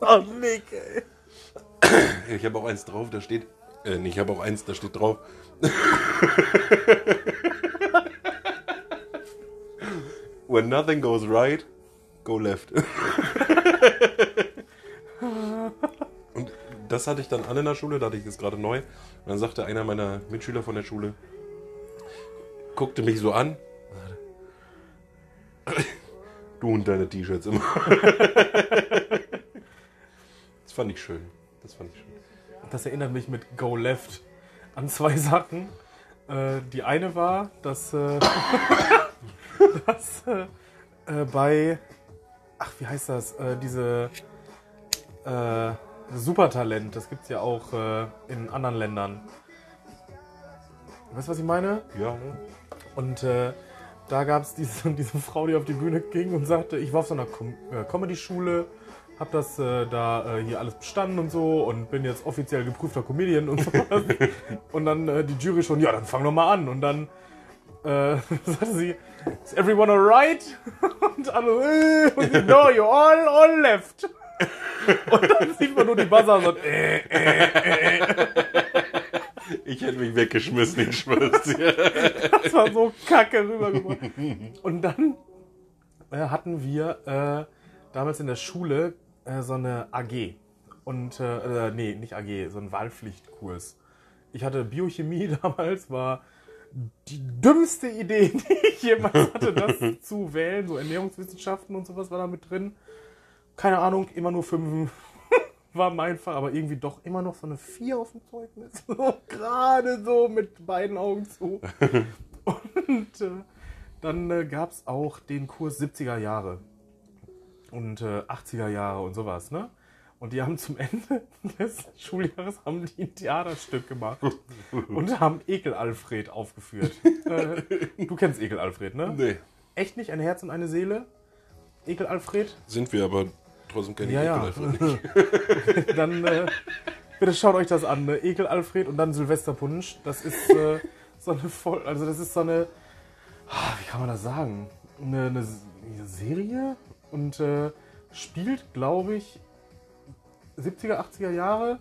S2: Oh, Nick, ey.
S1: Ich habe auch eins drauf, da steht. Äh, nee, ich habe auch eins, da steht drauf. When nothing goes right, go left. Und das hatte ich dann an in der Schule, da hatte ich es gerade neu. Und dann sagte einer meiner Mitschüler von der Schule, guckte mich so an. Du und deine T-Shirts immer. Das fand ich schön. Das fand ich schön.
S2: Das erinnert mich mit Go Left an zwei Sachen. Äh, die eine war, dass, äh, dass äh, äh, bei, ach, wie heißt das, äh, diese äh, Supertalent, das gibt's ja auch äh, in anderen Ländern. Weißt du, was ich meine?
S1: Ja, ne?
S2: Und äh, da gab es diese, diese Frau, die auf die Bühne ging und sagte, ich war auf so einer Com äh, Comedy-Schule, hab das äh, da äh, hier alles bestanden und so und bin jetzt offiziell geprüfter Comedian und sowas. und dann äh, die Jury schon, ja, dann fang doch mal an. Und dann äh, sagte sie, is everyone alright? und alle, äh, und sie, no, you all, all left. und dann sieht man nur die Buzzer und sagt, äh,
S1: Ich hätte mich weggeschmissen, ich schwör's dir.
S2: Das war so kacke rübergebracht. Und dann äh, hatten wir äh, damals in der Schule äh, so eine AG. Und, äh, äh, nee, nicht AG, so einen Wahlpflichtkurs. Ich hatte Biochemie damals, war die dümmste Idee, die ich jemals hatte, das zu wählen. So Ernährungswissenschaften und sowas war da mit drin. Keine Ahnung, immer nur Fünfen. War mein Fall, aber irgendwie doch immer noch so eine Vier auf dem Zeugnis. So, gerade so mit beiden Augen zu. Und äh, dann äh, gab es auch den Kurs 70er Jahre und äh, 80er Jahre und sowas, ne? Und die haben zum Ende des Schuljahres haben die ein Theaterstück gemacht und haben Ekel Alfred aufgeführt. äh, du kennst Ekel Alfred, ne?
S1: Nee,
S2: Echt nicht ein Herz und eine Seele? Ekel Alfred?
S1: sind wir aber trotzdem keine
S2: Ja, ja.
S1: Ekel-Alfred.
S2: dann äh, bitte schaut euch das an. Ne? Ekel Alfred und dann Silvester Punsch. Das ist äh, so eine voll, also das ist so eine, ah, wie kann man das sagen? Eine, eine, S- eine Serie und äh, spielt, glaube ich, 70er, 80er Jahre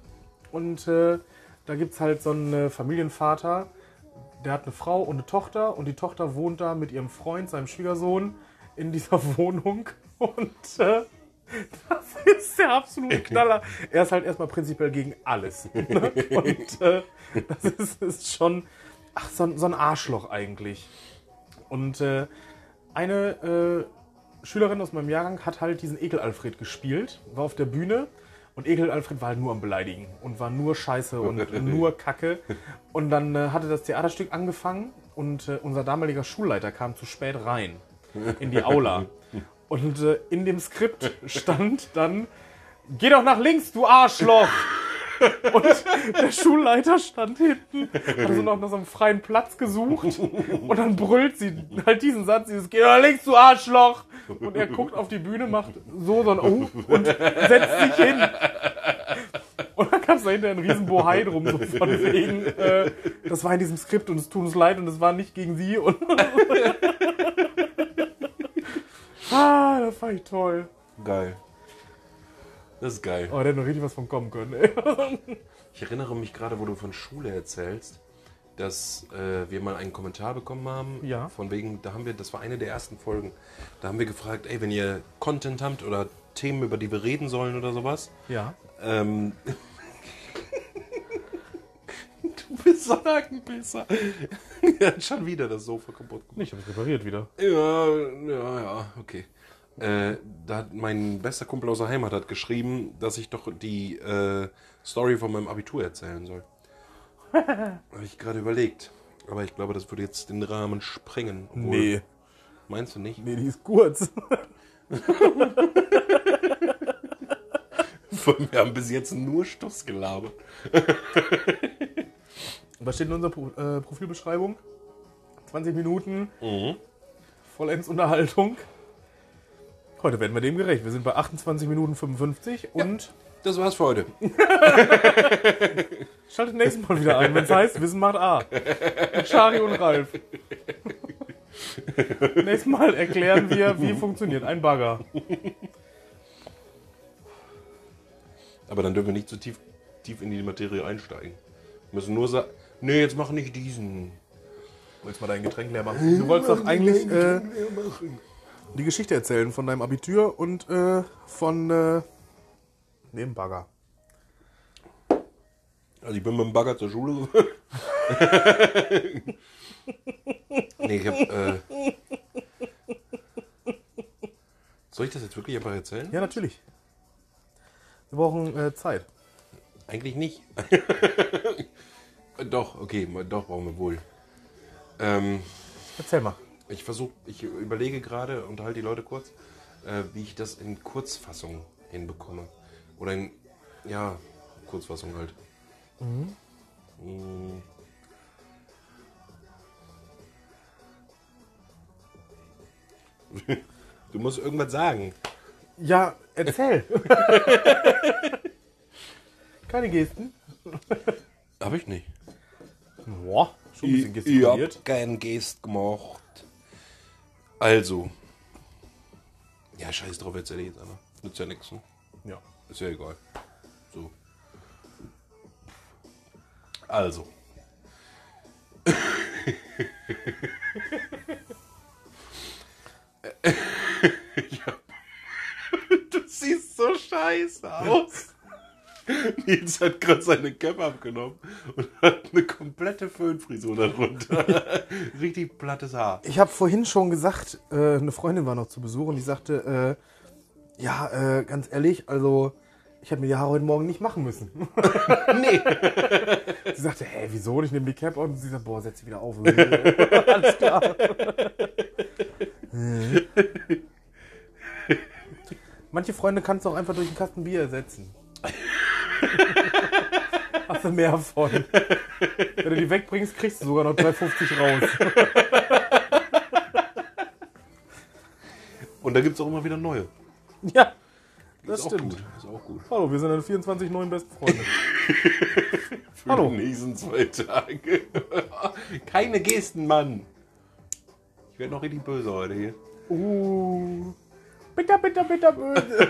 S2: und äh, da gibt es halt so einen äh, Familienvater, der hat eine Frau und eine Tochter und die Tochter wohnt da mit ihrem Freund, seinem Schwiegersohn, in dieser Wohnung und äh, das ist der absolute Knaller. Er ist halt erstmal prinzipiell gegen alles. Ne? Und äh, das ist, ist schon ach, so, ein- so ein Arschloch eigentlich. Und äh, eine äh, Schülerin aus meinem Jahrgang hat halt diesen Ekel-Alfred gespielt, war auf der Bühne und Ekel-Alfred war halt nur am Beleidigen und war nur Scheiße und nur Kacke. Und dann äh, hatte das Theaterstück angefangen und äh, unser damaliger Schulleiter kam zu spät rein in die Aula. Und äh, in dem Skript stand dann, geh doch nach links, du Arschloch! Und der Schulleiter stand hinten, hat so noch nach so einem freien Platz gesucht und dann brüllt sie halt diesen Satz, dieses Geh doch links, du Arschloch! Und er guckt auf die Bühne, macht so so ein Oh und setzt sich hin. Und dann gab es da hinterher einen riesen Bohai drum, so von wegen, äh, das war in diesem Skript und es tut uns leid und es war nicht gegen sie. Und ah, das fand ich toll.
S1: Geil. Das ist geil.
S2: Oh, da hätte noch richtig was von kommen können. Ey.
S1: Ich erinnere mich gerade, wo du von Schule erzählst, dass äh, wir mal einen Kommentar bekommen haben.
S2: Ja.
S1: Von wegen, da haben wir, das war eine der ersten Folgen, da haben wir gefragt, ey, wenn ihr Content habt oder Themen, über die wir reden sollen oder sowas.
S2: Ja.
S1: Ähm, du bist Sagenbisser. Er hat schon wieder das Sofa kaputt gemacht.
S2: Ich habe es repariert wieder.
S1: Ja, ja, ja, okay. Äh, da hat mein bester Kumpel aus der Heimat hat geschrieben, dass ich doch die äh, Story von meinem Abitur erzählen soll. Habe ich gerade überlegt. Aber ich glaube, das würde jetzt den Rahmen sprengen. Obwohl,
S2: Nee.
S1: Meinst du nicht?
S2: Nee, die ist kurz.
S1: Wir haben bis jetzt nur Stuss gelabert.
S2: Was steht in unserer Pro äh, Profilbeschreibung? 20 Minuten. Vollends Unterhaltung. Heute werden wir dem gerecht. Wir sind bei 28 Minuten 55 und
S1: Das war's für heute.
S2: schaltet nächstes Mal wieder ein, wenn es heißt Wissen macht A. Mit Shari und Ralf. nächstes Mal erklären wir, wie funktioniert ein Bagger.
S1: Aber dann dürfen wir nicht zu tief, tief in die Materie einsteigen. Wir müssen nur sagen, nee, jetzt mach nicht diesen.
S2: Wolltest mal dein Getränk leer machen. Du wolltest doch eigentlich äh, die Geschichte erzählen von deinem Abitur und äh, von äh, dem Bagger.
S1: Also ich bin mit dem Bagger zur Schule gefahren. nee, ich hab, äh, Soll ich das jetzt wirklich einfach erzählen?
S2: Ja, natürlich. Wir brauchen äh, Zeit.
S1: Eigentlich nicht. doch, okay, doch brauchen wir wohl. Ähm,
S2: Erzähl mal.
S1: ich versuche, ich überlege gerade, unterhalte die Leute kurz, äh, wie ich das in Kurzfassung hinbekomme. Oder in, ja, Kurzfassung halt. Mm. Du musst irgendwas sagen.
S2: Ja, Erzähl. Keine Gesten.
S1: Hab ich nicht.
S2: Boah, schon ein bisschen
S1: Ich
S2: gestikuliert.
S1: hab keinen Geist gemacht. Also. Ja, scheiß drauf, jetzt ehrlich jetzt einfach. Nützt ja nichts. Ne?
S2: Ja.
S1: Ist ja egal. So. Also. Ich hab- du siehst so scheiße aus. Nils hat gerade seine Cap abgenommen und hat eine komplette Föhnfrisur darunter. Richtig plattes Haar.
S2: Ich habe vorhin schon gesagt, äh, eine Freundin war noch zu Besuch und die sagte, äh, ja, äh, ganz ehrlich, also ich hätte mir die Haare heute Morgen nicht machen müssen.
S1: Nee.
S2: Sie sagte, hä, wieso? Und ich nehme die Cap auf und sie sagt, boah, setz sie wieder auf. Alles klar. Äh. Manche Freunde kannst du auch einfach durch einen Kasten Bier ersetzen. Hast du mehr von. Wenn du die wegbringst, kriegst du sogar noch 3,50 raus.
S1: Und da gibt es auch immer wieder neue.
S2: Ja,
S1: ist
S2: das
S1: auch
S2: stimmt.
S1: gut. Ist auch gut.
S2: Hallo, wir sind deine 24 neuen besten Freunde.
S1: Für
S2: Hallo.
S1: die nächsten zwei Tage. Keine Gesten, Mann. Ich werde noch richtig böse heute hier.
S2: Uh. Bitter, bitter, bitter böse.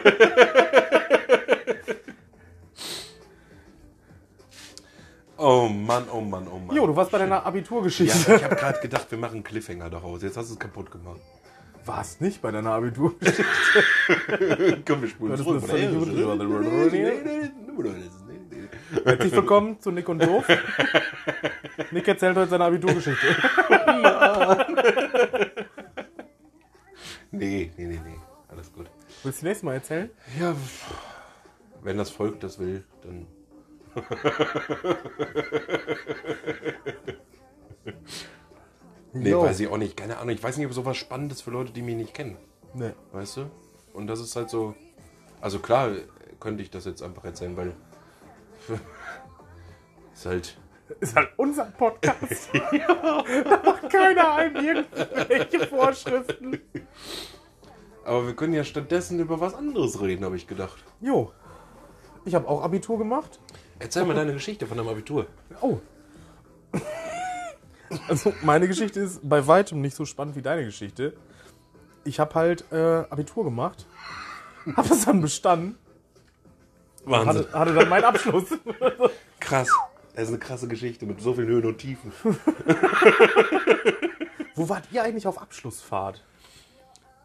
S1: Oh Mann, oh Mann, oh Mann.
S2: Jo, du warst bei deiner
S1: ja,
S2: Abiturgeschichte.
S1: ich habe gerade gedacht, wir machen einen Cliffhanger daraus. Jetzt hast du es kaputt gemacht.
S2: Warst nicht bei deiner Abitur.
S1: Komm, wir spulen
S2: Das ist
S1: zurück.
S2: eine völlig Herzlich willkommen zu Nick und Doof. Nick erzählt heute seine Abiturgeschichte.
S1: Nee, nee, nee, nee. Alles gut.
S2: Willst du nächstes Mal erzählen?
S1: Ja, pff. wenn das Volk das will, dann. Nee,
S2: Jo.
S1: weiß ich auch nicht. Keine Ahnung. Ich weiß nicht, ob sowas spannend ist für Leute, die mich nicht kennen.
S2: Nee.
S1: Weißt du? Und das ist halt so. Also klar äh, könnte ich das jetzt einfach erzählen, weil. ist halt.
S2: Ist halt unser Podcast. Da macht keiner einem irgendwelche Vorschriften.
S1: Aber wir können ja stattdessen über was anderes reden, habe ich gedacht.
S2: Jo. Ich habe auch Abitur gemacht.
S1: Erzähl mal deine Geschichte von deinem Abitur.
S2: Oh. Also meine Geschichte ist bei weitem nicht so spannend wie deine Geschichte. Ich habe halt äh, Abitur gemacht, habe es dann bestanden,
S1: Wahnsinn.
S2: hatte, hatte dann meinen Abschluss.
S1: Krass. Das ist eine krasse Geschichte mit so vielen Höhen und Tiefen.
S2: Wo wart ihr eigentlich auf Abschlussfahrt?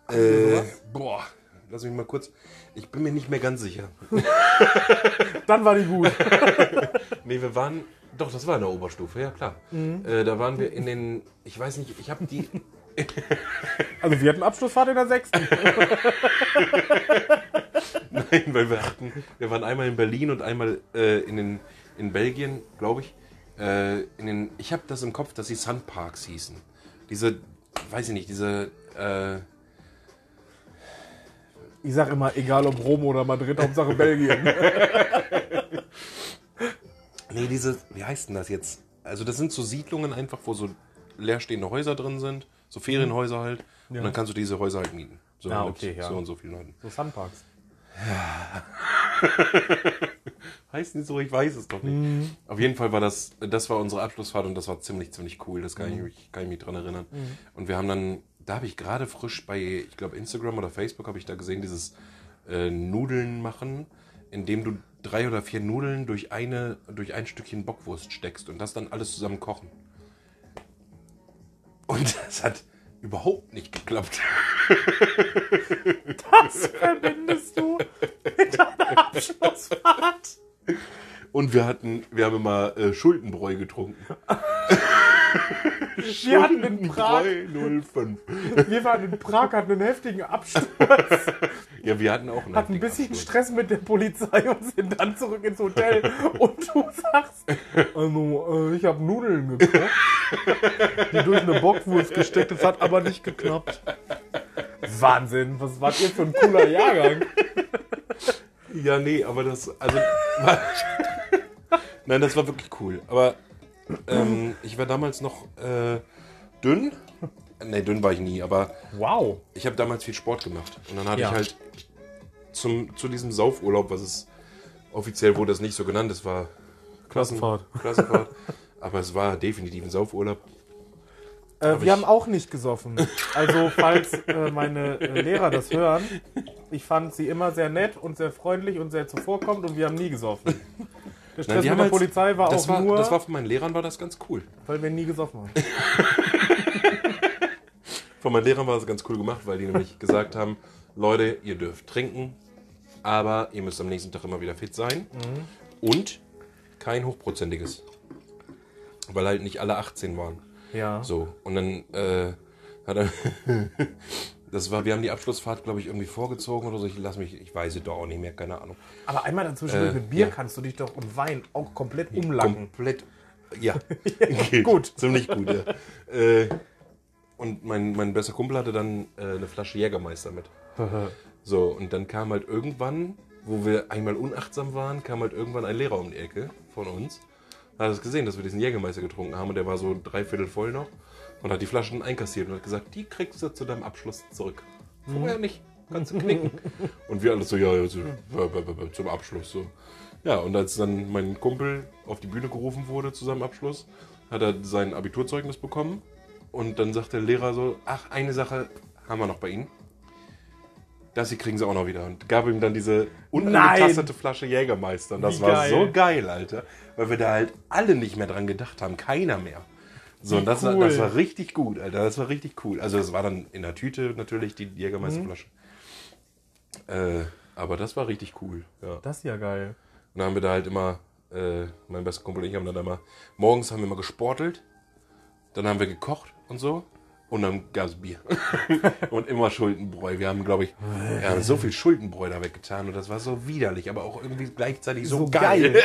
S1: Äh, boah. Lass mich mal kurz. Ich bin mir nicht mehr ganz sicher.
S2: Dann war die gut.
S1: Nee, wir waren. Doch, das war in der Oberstufe, ja klar. Äh, da waren wir in den. Ich weiß nicht, ich habe die.
S2: Also wir hatten Abschlussfahrt in der sechsten.
S1: Nein, weil wir hatten, wir waren einmal in Berlin und einmal äh, in, den, in Belgien, glaube ich. Äh, in den, ich habe das im Kopf, dass die Sunparks hießen. Diese, weiß ich nicht, diese, äh,
S2: Ich sag immer, egal ob Rom oder Madrid, Hauptsache Belgien.
S1: nee, diese, wie heißt denn das jetzt? Also das sind so Siedlungen einfach, wo so leerstehende Häuser drin sind, so Ferienhäuser halt. Und dann kannst du diese Häuser halt mieten. So
S2: Mhm. Ah,
S1: mit
S2: okay, ja.
S1: so und so vielen Leuten.
S2: So Sunparks.
S1: Heißen die so, ich weiß es doch nicht.
S2: Mhm.
S1: Auf jeden Fall war das, das war unsere Abschlussfahrt und das war ziemlich, ziemlich cool. Das kann, ich,
S2: Mhm.
S1: mich- kann ich mich dran erinnern. Und wir haben dann, da habe ich gerade frisch bei, ich glaube, Instagram oder Facebook habe ich da gesehen, dieses äh, Nudeln machen, indem du drei oder vier Nudeln durch eine, durch ein Stückchen Bockwurst steckst und das dann alles zusammen kochen. Und das hat überhaupt nicht geklappt.
S2: Das verbindest du mit deiner Abschlussfahrt.
S1: Und wir hatten, wir haben immer äh, Schuldenbräu getrunken.
S2: Wir hatten in Prag,
S1: 05.
S2: wir waren in Prag, hatten einen heftigen Absturz,
S1: Ja, wir hatten auch einen
S2: hatten
S1: heftigen
S2: ein bisschen
S1: Absturz.
S2: Stress mit der Polizei und sind dann zurück ins Hotel. Und du sagst, also, äh, ich habe Nudeln gekocht, die durch eine Bockwurst gesteckt, das hat aber nicht geklappt. Wahnsinn, was wart ihr für ein cooler Jahrgang?
S1: Ja, nee, aber das, also, war, nein, das war wirklich cool. Aber ähm, ich war damals noch äh, dünn. Nee, dünn war ich nie, aber
S2: Wow.
S1: ich habe damals viel Sport gemacht. Und dann hatte
S2: Ja.
S1: ich halt zum, zu diesem Saufurlaub, was es offiziell wurde, es nicht so genannt, es war Klassen-
S2: Klassenfahrt.
S1: Klassenfahrt. Aber es war definitiv ein Saufurlaub.
S2: Äh,
S1: Hab
S2: wir
S1: ich-
S2: haben auch nicht gesoffen. Also, falls äh, meine äh, Lehrer das hören, ich fand sie immer sehr nett und sehr freundlich und sehr zuvorkommend und wir haben nie gesoffen. Der Stress
S1: die
S2: mit
S1: haben
S2: der
S1: als-
S2: Polizei war
S1: das
S2: auch
S1: war,
S2: nur,
S1: Das war von meinen Lehrern war das ganz cool.
S2: weil wir nie gesoffen haben.
S1: Von meinen Lehrern war das ganz cool gemacht, weil die nämlich gesagt haben, Leute, ihr dürft trinken, aber ihr müsst am nächsten Tag immer wieder fit sein. Und kein hochprozentiges. Weil halt nicht alle 18 waren.
S2: Ja.
S1: So, und dann äh, hat er. das war, wir haben die Abschlussfahrt, glaube ich, irgendwie vorgezogen oder so. Ich lass mich, ich weiß es doch auch nicht mehr, keine Ahnung.
S2: Aber einmal dazwischen
S1: Äh,
S2: mit Bier
S1: ja.
S2: kannst du dich doch und Wein auch komplett umlacken.
S1: Komplett. Ja, Geht.
S2: gut.
S1: Ziemlich gut, ja. äh, und mein, mein bester Kumpel hatte dann äh, eine Flasche Jägermeister mit. So, und dann kam halt irgendwann, wo wir einmal unachtsam waren, kam halt irgendwann ein Lehrer um die Ecke von uns. Da hat es gesehen, dass wir diesen Jägermeister getrunken haben und der war so dreiviertel voll noch und hat die Flaschen einkassiert und hat gesagt, die kriegst du zu deinem Abschluss zurück. Vorher nicht, kannst du knicken. Hm. und wir alle so, ja, ja, so, b- b- b- zum Abschluss so. Ja, und als dann mein Kumpel auf die Bühne gerufen wurde zu seinem Abschluss, hat er sein Abiturzeugnis bekommen und dann sagt der Lehrer so, ach, eine Sache haben wir noch bei Ihnen. Das hier kriegen sie auch noch wieder. Und gab ihm dann diese unangetastete Flasche Jägermeister. Und das
S2: Wie
S1: war
S2: geil.
S1: so geil, Alter. Weil wir da halt alle nicht mehr dran gedacht haben. Keiner mehr. So, und das,
S2: cool.
S1: war, das war richtig gut, Alter. Das war richtig cool. Also, das war dann in der Tüte natürlich die Jägermeisterflasche. Äh, aber das war richtig cool. Ja.
S2: Das ist ja geil.
S1: Und dann haben wir da halt immer, äh, mein bester Kumpel und ich haben dann immer, morgens haben wir immer gesportelt, dann haben wir gekocht und so. Und dann gab es Bier. und immer Schuldenbräu. Wir haben, glaube ich, wir haben so viel Schuldenbräu da weggetan. Und das war so widerlich, aber auch irgendwie gleichzeitig so, geil.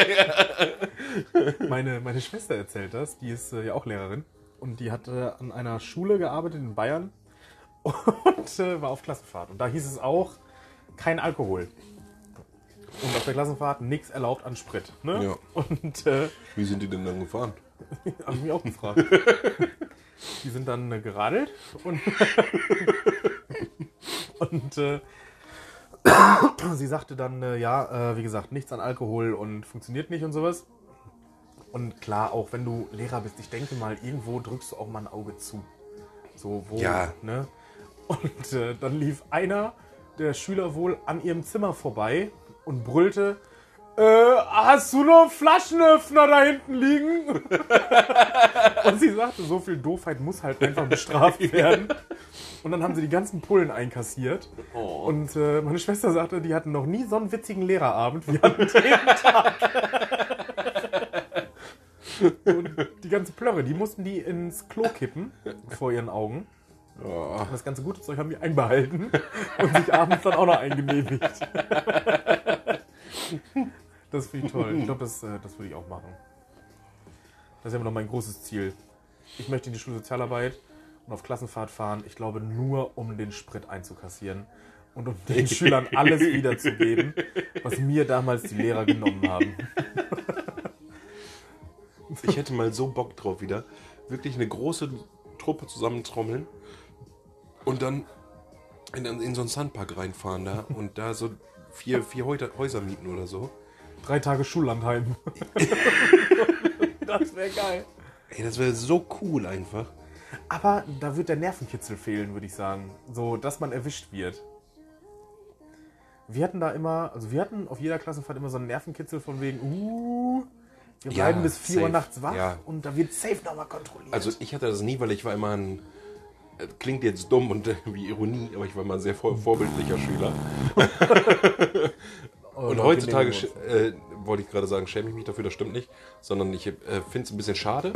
S2: meine, meine Schwester erzählt das, die ist äh, ja auch Lehrerin und die hat äh, an einer Schule gearbeitet in Bayern und äh, war auf Klassenfahrt. Und da hieß es auch, kein Alkohol. Und auf der Klassenfahrt nichts erlaubt an Sprit. Ne?
S1: Ja.
S2: Und äh,
S1: Wie sind die denn dann gefahren?
S2: habe ich mich auch gefragt. die sind dann äh, geradelt und, und äh, sie sagte dann, äh, ja, äh, wie gesagt, nichts an Alkohol und funktioniert nicht und sowas. Und klar, auch wenn du Lehrer bist, ich denke mal, irgendwo drückst du auch mal ein Auge zu. So, wo,
S1: Ja.
S2: ne? Und äh, dann lief einer der Schüler wohl an ihrem Zimmer vorbei und brüllte, äh, hast du noch einen Flaschenöffner da hinten liegen? Und sie sagte, so viel Doofheit muss halt einfach bestraft werden. Und dann haben sie die ganzen Pullen einkassiert. Und äh, meine Schwester sagte, die hatten noch nie so einen witzigen Lehrerabend wie an dem Tag. Und die ganze Plörre, die mussten die ins Klo kippen vor ihren Augen.
S1: Oh.
S2: Und das ganze gute Zeug haben die einbehalten und sich abends dann auch noch eingenehmigt. Das finde ich toll. Ich glaube, das, äh, das würde ich auch machen. Das ist immer noch mein großes Ziel. Ich möchte in die Schule Sozialarbeit und auf Klassenfahrt fahren. Ich glaube, nur um den Sprit einzukassieren und um den Schülern alles wiederzugeben, was mir damals die Lehrer genommen haben.
S1: Ich hätte mal so Bock drauf wieder. Wirklich eine große Truppe zusammentrommeln und dann in, in so einen Sandpark reinfahren da und da so vier, vier Häuter, Häuser mieten oder so.
S2: Drei Tage Schullandheim. Das wäre geil.
S1: Ey, das wäre so cool einfach.
S2: Aber da wird der Nervenkitzel fehlen, würde ich sagen. So, dass man erwischt wird. Wir hatten da immer, also wir hatten auf jeder Klassenfahrt immer so einen Nervenkitzel von wegen, uh, wir
S1: Ja,
S2: bleiben bis 4 Uhr
S1: safe,
S2: nachts wach
S1: ja.
S2: und da wird safe nochmal kontrolliert.
S1: Also ich hatte das nie, weil ich war immer ein... äh, Klingt jetzt dumm und äh, wie Ironie, aber ich war mal ein sehr vor, vorbildlicher Schüler.
S2: Oh,
S1: Und
S2: Leute,
S1: heutzutage,
S2: nehmen wir
S1: sch- äh,
S2: uns.
S1: wollte ich gerade sagen, schäme ich mich dafür, das stimmt nicht, sondern ich äh, finde es ein bisschen schade,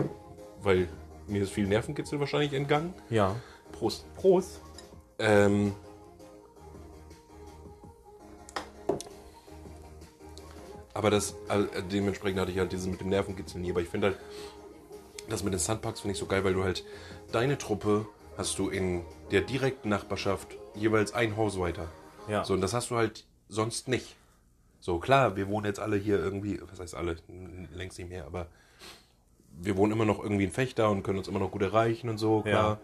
S1: weil mir ist viel Nervenkitzel wahrscheinlich entgangen.
S2: Ja.
S1: Prost.
S2: Prost.
S1: Ähm. Aber das, also äh, dementsprechend hatte ich halt diese mit dem Nervenkitzel nie. Aber ich finde halt, das mit den Sandparks finde ich so geil, weil du halt deine Truppe hast du in der direkten Nachbarschaft jeweils ein Haus weiter.
S2: Ja.
S1: So, und das hast du halt sonst nicht. So, klar, wir wohnen jetzt alle hier irgendwie, was heißt alle, n- längst nicht mehr, aber wir wohnen immer noch irgendwie in Fechter und können uns immer noch gut erreichen und so, klar.
S2: Ja.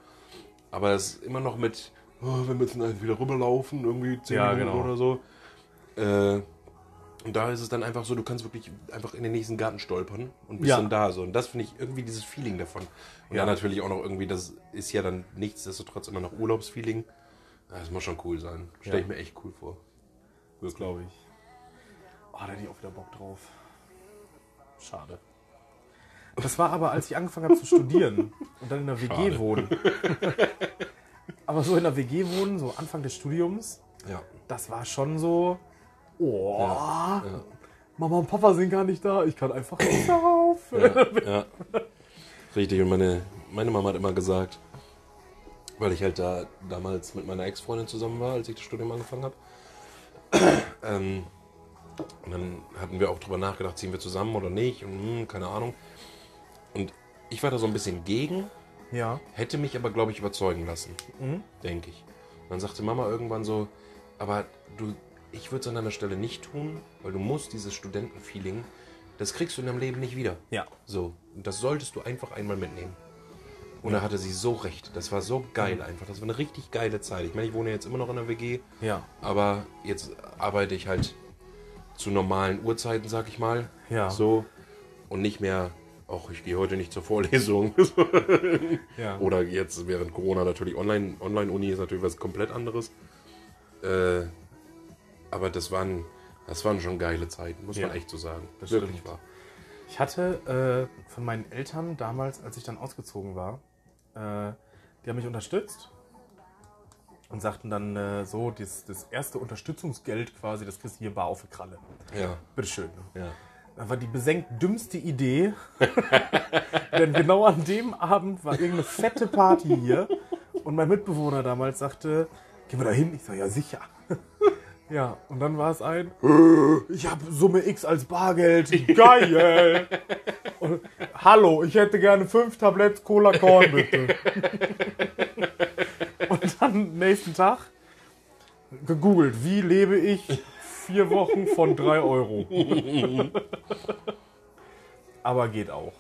S1: Aber es ist immer noch mit, oh, wir müssen halt wieder rüberlaufen, irgendwie zehn
S2: Ja,
S1: Minuten
S2: genau.
S1: oder so. Äh, und da ist es dann einfach so, du kannst wirklich einfach in den nächsten Garten stolpern und bist
S2: Ja.
S1: dann da. So. Und das finde ich irgendwie dieses Feeling davon. Und ja. dann natürlich auch noch irgendwie, das ist ja dann nichtsdestotrotz immer noch Urlaubsfeeling. Ja, Das muss schon cool sein. Stelle ich
S2: Ja.
S1: mir echt cool vor.
S2: Das glaube ich. Oh, da hätte ich auch wieder Bock drauf. Schade. Das war aber, als ich angefangen habe zu studieren und dann in der WG
S1: Schade.
S2: wohnen. aber so in der WG wohnen, so Anfang des Studiums,
S1: Ja.
S2: das war schon so. Oh,
S1: ja.
S2: Mama und Papa sind gar nicht da, ich kann einfach nicht auf.
S1: Ja, ja. Richtig, und meine, meine Mama hat immer gesagt, weil ich halt da damals mit meiner Ex-Freundin zusammen war, als ich das Studium angefangen habe. ähm, und dann hatten wir auch drüber nachgedacht, ziehen wir zusammen oder nicht und hm, keine Ahnung. Und ich war da so ein bisschen gegen,
S2: Ja,
S1: hätte mich aber, glaube ich, überzeugen lassen, denke ich. Und dann sagte Mama irgendwann so, aber du, ich würde es an deiner Stelle nicht tun, weil du musst dieses Studentenfeeling, das kriegst du in deinem Leben nicht wieder.
S2: ja.
S1: So, und das solltest du einfach einmal mitnehmen. Und da hatte sie so recht. Das war so geil einfach. Das war eine richtig geile Zeit. Ich meine, ich wohne jetzt immer noch in der WG,
S2: Ja,
S1: aber jetzt arbeite ich halt zu normalen Uhrzeiten, sag ich mal.
S2: Ja.
S1: So. Und nicht mehr, auch ich gehe heute nicht zur Vorlesung.
S2: ja.
S1: Oder jetzt während Corona natürlich online. Online-Uni ist natürlich was komplett anderes. Äh, aber das waren, das waren schon geile Zeiten, muss
S2: Ja.
S1: man echt so sagen.
S2: Das
S1: Wirklich
S2: stimmt.
S1: wahr.
S2: Ich hatte äh, von meinen Eltern damals, als ich dann ausgezogen war, äh, die haben mich unterstützt und sagten dann äh, so, das, das erste Unterstützungsgeld quasi, das kriegst du hier bar auf die Kralle.
S1: Ja,
S2: Bitteschön.
S1: ja.
S2: Das war die besenkt dümmste Idee, denn genau an dem Abend war irgendeine fette Party hier und mein Mitbewohner damals sagte, gehen wir da hin? Ich sage, ja sicher. Ja, und dann war es ein, "Äh, ich habe Summe X als Bargeld, geil. Und, Hallo, ich hätte gerne fünf Tabletts Cola Korn, bitte. Und dann nächsten Tag gegoogelt, wie lebe ich vier Wochen von drei Euro. Aber geht auch.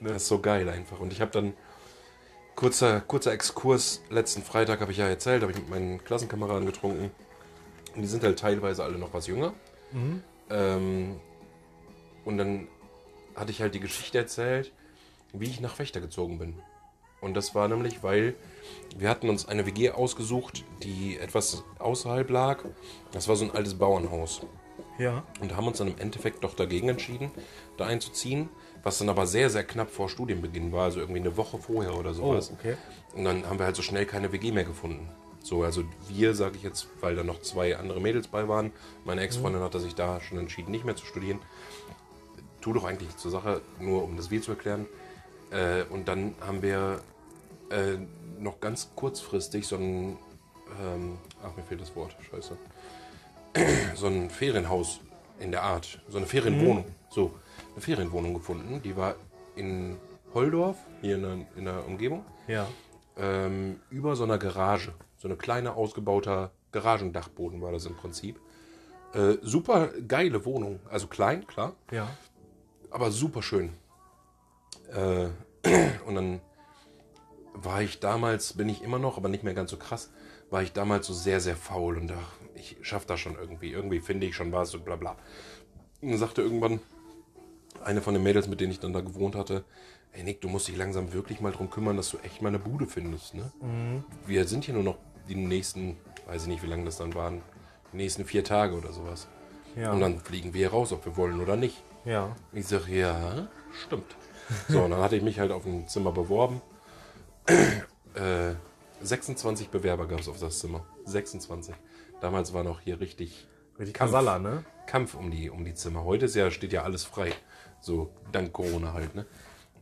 S1: Das ist so geil einfach. Und ich habe dann, kurzer, kurzer Exkurs, letzten Freitag habe ich ja erzählt, habe ich mit meinen Klassenkameraden getrunken. Und die sind halt teilweise alle noch was jünger. Ähm, und dann hatte ich halt die Geschichte erzählt, wie ich nach Fechter gezogen bin. Und das war nämlich, weil wir hatten uns eine WG ausgesucht, die etwas außerhalb lag. Das war so ein altes Bauernhaus
S2: Ja.
S1: und haben uns dann im Endeffekt doch dagegen entschieden, da einzuziehen, was dann aber sehr, sehr knapp vor Studienbeginn war, also irgendwie eine Woche vorher oder sowas.
S2: Oh, okay.
S1: Und dann haben wir halt so schnell keine WG mehr gefunden. So, also wir, sage ich jetzt, weil da noch zwei andere Mädels bei waren. Meine Ex-Freundin hatte sich da schon entschieden, nicht mehr zu studieren. Tu doch eigentlich zur Sache, nur um das Wir zu erklären. Äh, und dann haben wir äh, noch ganz kurzfristig so ein, ähm, ach mir fehlt das Wort, scheiße, so ein Ferienhaus in der Art, so eine Ferienwohnung, so eine Ferienwohnung gefunden. Die war in Holdorf, hier in der, in der Umgebung,
S2: Ja.
S1: ähm, über so einer Garage, so eine kleine ausgebauter Garagendachboden war das im Prinzip. Äh, super geile Wohnung, also klein, klar,
S2: Ja.
S1: aber super schön. Äh, und dann war ich damals, bin ich immer noch, aber nicht mehr ganz so krass, war ich damals so sehr, sehr faul und dachte, ich schaff das schon irgendwie. Irgendwie finde ich schon was und bla bla. Und dann sagte irgendwann eine von den Mädels, mit denen ich dann da gewohnt hatte, ey Nick, du musst dich langsam wirklich mal drum kümmern, dass du echt mal eine Bude findest. Ne? Wir sind hier nur noch die nächsten, weiß ich nicht, wie lange das dann waren, die nächsten vier Tage oder sowas.
S2: Ja.
S1: Und dann fliegen wir hier raus, ob wir wollen oder nicht.
S2: ja.
S1: Ich sage, ja, stimmt. So, und dann hatte ich mich halt auf ein Zimmer beworben. Äh, 26 Bewerber gab es auf das Zimmer. 26. Damals war noch hier richtig
S2: Richtig
S1: Kampf.
S2: Kasala, ne?
S1: Kampf um die, um die Zimmer. Heute ist ja, steht ja alles frei. So, dank Corona halt, ne?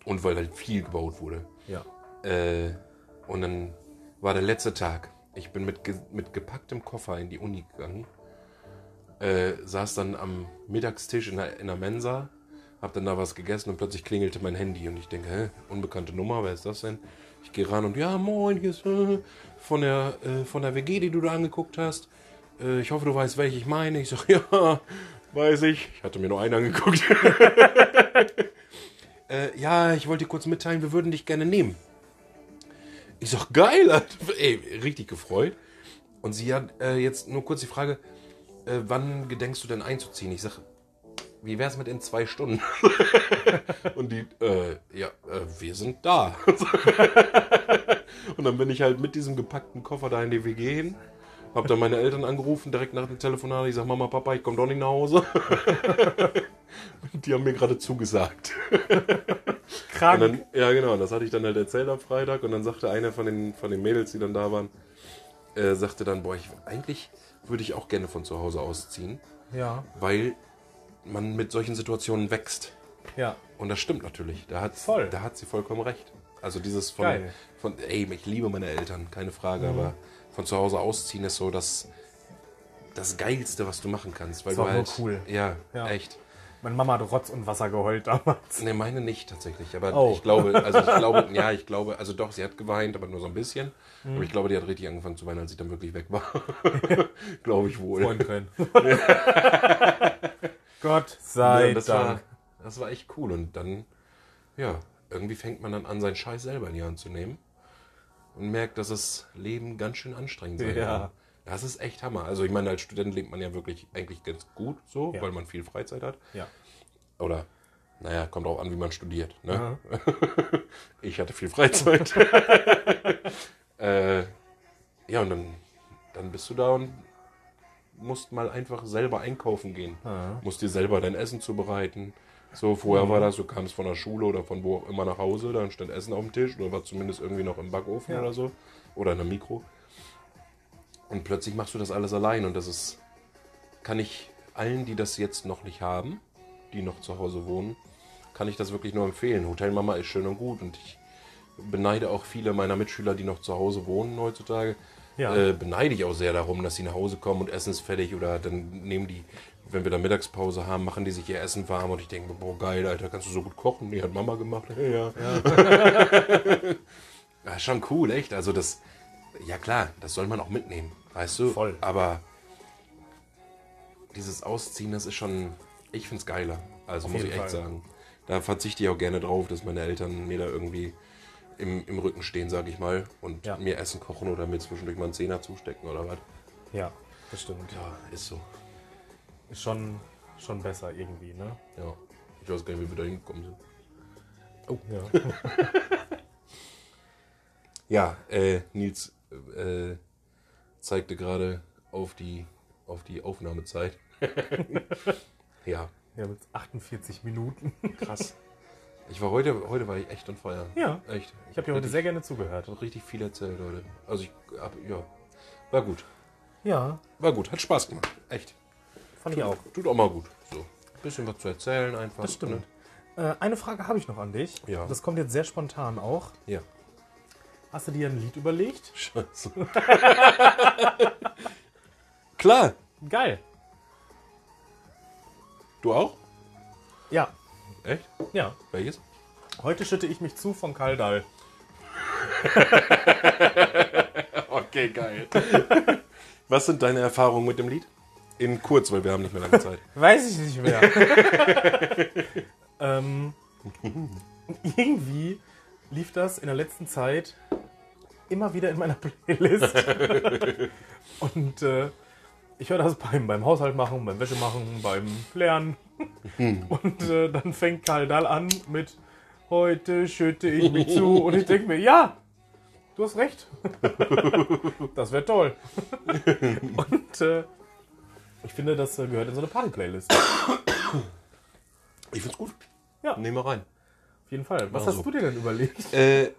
S1: Und weil halt viel gebaut wurde.
S2: Ja.
S1: Äh, und dann war der letzte Tag. Ich bin mit, ge mit gepacktem Koffer in die Uni gegangen, äh, saß dann am Mittagstisch in der, in der Mensa, hab dann da was gegessen und plötzlich klingelte mein Handy und ich denke, hä, unbekannte Nummer, wer ist das denn? Ich gehe ran und ja, moin, hier ist äh, von der, äh, von der WG, die du da angeguckt hast. Äh, ich hoffe, du weißt, welche ich meine. Ich sag, ja, weiß ich. Ich hatte mir nur einen angeguckt. äh, ja, ich wollte dir kurz mitteilen, wir würden dich gerne nehmen. Ich sag, geil, Alter. ey, richtig gefreut. Und sie hat äh, jetzt nur kurz die Frage, äh, wann gedenkst du denn einzuziehen? Ich sag, wie wär's mit in zwei Stunden? und die, äh, ja, äh, wir sind da. und dann bin ich halt mit diesem gepackten Koffer da in die WG hin. Hab dann meine Eltern angerufen, direkt nach dem Telefonat. Ich sag, Mama, Papa, ich komm doch nicht nach Hause. die haben mir gerade zugesagt. Und
S2: Krank.
S1: dann, ja, genau, das hatte ich dann halt erzählt am Freitag und dann sagte einer von den, von den Mädels, die dann da waren, äh, sagte dann, boah, ich, eigentlich würde ich auch gerne von zu Hause ausziehen,
S2: ja,
S1: weil man mit solchen Situationen wächst.
S2: ja.
S1: Und das stimmt natürlich, da hat,
S2: Voll.
S1: da hat sie vollkommen recht. Also dieses von,
S2: Geil. Mhm.
S1: von, ey, ich liebe meine Eltern, keine Frage, aber von zu Hause ausziehen ist so das, das Geilste, was du machen kannst. Weil
S2: Ist
S1: du
S2: auch nur
S1: halt,
S2: cool.
S1: Ja,
S2: Ja.
S1: echt.
S2: Meine Mama hat Rotz und Wasser geheult damals.
S1: Ne, meine nicht tatsächlich. Aber
S2: Oh.
S1: ich glaube, also ich glaube, ja, ich glaube, also doch, sie hat geweint, aber nur so ein bisschen. Aber ich
S2: Mhm.
S1: glaube, die hat richtig angefangen zu weinen, als ich dann wirklich weg war. glaube ich wohl.
S2: Freundin. Gott sei
S1: ja, das, war,
S2: Dank.
S1: das war echt cool. Und dann, ja, irgendwie fängt man dann an, seinen Scheiß selber in die Hand zu nehmen und merkt, dass das Leben ganz schön anstrengend sein
S2: Ja.
S1: kann. Das ist echt Hammer. Also ich meine, als Student lebt man ja wirklich eigentlich ganz gut so,
S2: Ja.
S1: weil man viel Freizeit hat.
S2: Ja.
S1: Oder, naja, kommt auch an, wie man studiert. Ne? ich hatte viel Freizeit. äh, ja, und dann, dann bist du da und musst mal einfach selber einkaufen gehen. Musst dir selber dein Essen zubereiten. So, vorher war das, du kamst von der Schule oder von wo auch immer nach Hause, dann stand Essen auf dem Tisch oder war zumindest irgendwie noch im Backofen
S2: Ja.
S1: oder so. Oder in der Mikro. Und plötzlich machst du das alles allein und das ist, kann ich allen, die das jetzt noch nicht haben, die noch zu Hause wohnen, kann ich das wirklich nur empfehlen. Hotelmama ist schön und gut und ich beneide auch viele meiner Mitschüler, die noch zu Hause wohnen heutzutage,
S2: Ja.
S1: äh, beneide ich auch sehr darum, dass sie nach Hause kommen und Essen ist fertig oder dann nehmen die, wenn wir dann Mittagspause haben, machen die sich ihr Essen warm und ich denke, boah geil, Alter, kannst du so gut kochen? Die hat Mama gemacht. Ja, ja. ja schon cool, echt. Also das, ja klar, das soll man auch mitnehmen, weißt du?
S2: Voll.
S1: Aber dieses Ausziehen, das ist schon, ich find's geiler. Also muss ich
S2: jeden
S1: echt
S2: Fall.
S1: sagen. Da verzichte ich auch gerne drauf, dass meine Eltern mir da irgendwie im, im Rücken stehen, sag ich mal, und
S2: Ja.
S1: mir Essen kochen oder mir zwischendurch mal einen Zehner zustecken oder was.
S2: Ja, das stimmt.
S1: Ja, ist so.
S2: Ist schon, schon besser irgendwie, ne?
S1: Ja. Ich weiß gar nicht, wie wir da hingekommen sind. Oh.
S2: Ja.
S1: Ja, äh, Nils äh, zeigte gerade auf die, auf die Aufnahmezeit. ja,
S2: Wir haben jetzt 48 Minuten.
S1: krass. Ich war heute, heute war ich echt on fire.
S2: Ja.
S1: Echt.
S2: Ich habe dir heute sehr gerne zugehört.
S1: Hat richtig viel erzählt, Leute. Also ich hab, ja. War gut.
S2: Ja,
S1: War gut. Hat Spaß gemacht. Echt.
S2: fand ich auch.
S1: Tut auch mal gut. So. Bisschen was zu erzählen einfach.
S2: Das stimmt.
S1: ne?
S2: Äh, eine Frage habe ich noch an dich.
S1: Ja.
S2: Das kommt jetzt sehr spontan auch.
S1: Ja.
S2: Hast du dir ein Lied überlegt?
S1: Scheiße. Klar.
S2: Geil.
S1: Du auch?
S2: Ja,
S1: Echt?
S2: ja.
S1: Welches?
S2: Heute schütte ich mich zu von Kaldal.
S1: Okay, geil. was sind deine Erfahrungen mit dem Lied? In kurz, weil wir haben nicht mehr lange Zeit.
S2: Weiß ich nicht mehr. ähm, irgendwie lief das in der letzten Zeit immer wieder in meiner Playlist. Und äh, ich höre das beim, beim Haushalt machen, beim Wäsche machen, beim Lernen. Und äh, dann fängt Karl Dahl an mit Heute schütte ich mich zu. Und ich denke mir, ja, du hast recht. Das wäre toll. Und äh, ich finde, das äh, gehört in so eine Party-Playlist. Auf
S1: Ich find's gut.
S2: Ja.
S1: Nehmen wir rein.
S2: jeden Fall. Was
S1: Mach
S2: hast
S1: so.
S2: du dir denn überlegt?
S1: Äh,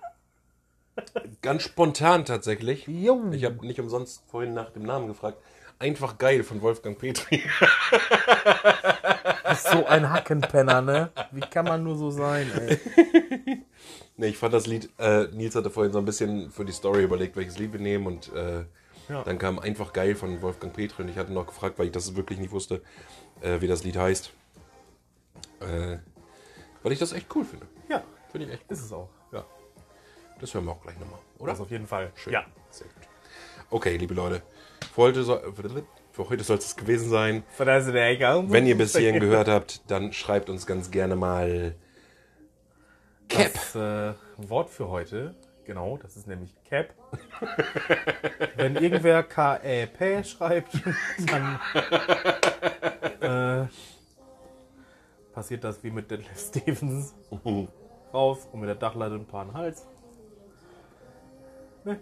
S1: ganz spontan tatsächlich.
S2: Jo.
S1: Ich habe nicht umsonst vorhin nach dem Namen gefragt. Einfach geil von Wolfgang Petri.
S2: So ein Hackenpenner, ne? Wie kann man nur so sein, ey?
S1: Nee, ich fand das Lied, äh, Nils hatte vorhin so ein bisschen für die Story überlegt, welches Lied wir nehmen und äh,
S2: Ja.
S1: dann kam einfach geil von Wolfgang Petri und ich hatte noch gefragt, weil ich das wirklich nicht wusste, äh, wie das Lied heißt. Äh, weil ich das echt cool finde.
S2: Ja,
S1: Finde ich echt gut.
S2: ist es auch.
S1: Ja. Das hören wir auch gleich nochmal, oder?
S2: Das auf jeden Fall.
S1: Schön.
S2: Ja.
S1: Sehr gut. Okay, liebe Leute. Für heute, soll- für heute soll es gewesen sein. Wenn
S2: Wenn
S1: ihr bis hierhin gehört habt, dann schreibt uns ganz gerne mal Cap.
S2: Das äh, Wort für heute Genau, das ist nämlich Cap. Wenn irgendwer K-E-P schreibt, dann äh, passiert das wie mit Detlef Stevens. Rauf und mit der Dachleiter ein paar in den Hals. Ne,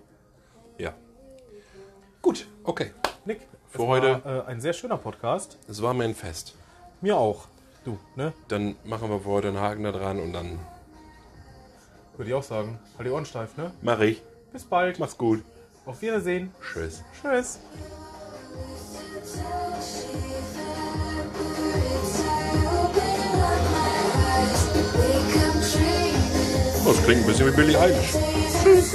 S1: Ja. Gut, okay.
S2: Nick, es
S1: Für heute-
S2: war, äh, ein sehr schöner Podcast.
S1: Es war mir ein Fest.
S2: Mir auch. Du, ne?
S1: Dann machen wir für heute einen Haken da dran und dann
S2: Würde ich auch sagen. Halt die Ohren steif, ne?
S1: mache ich.
S2: Bis bald.
S1: Mach's gut.
S2: Auf Wiedersehen.
S1: Tschüss.
S2: Tschüss.
S1: Oh, Das klingt ein bisschen wie Billy Eilish.
S3: Tschüss.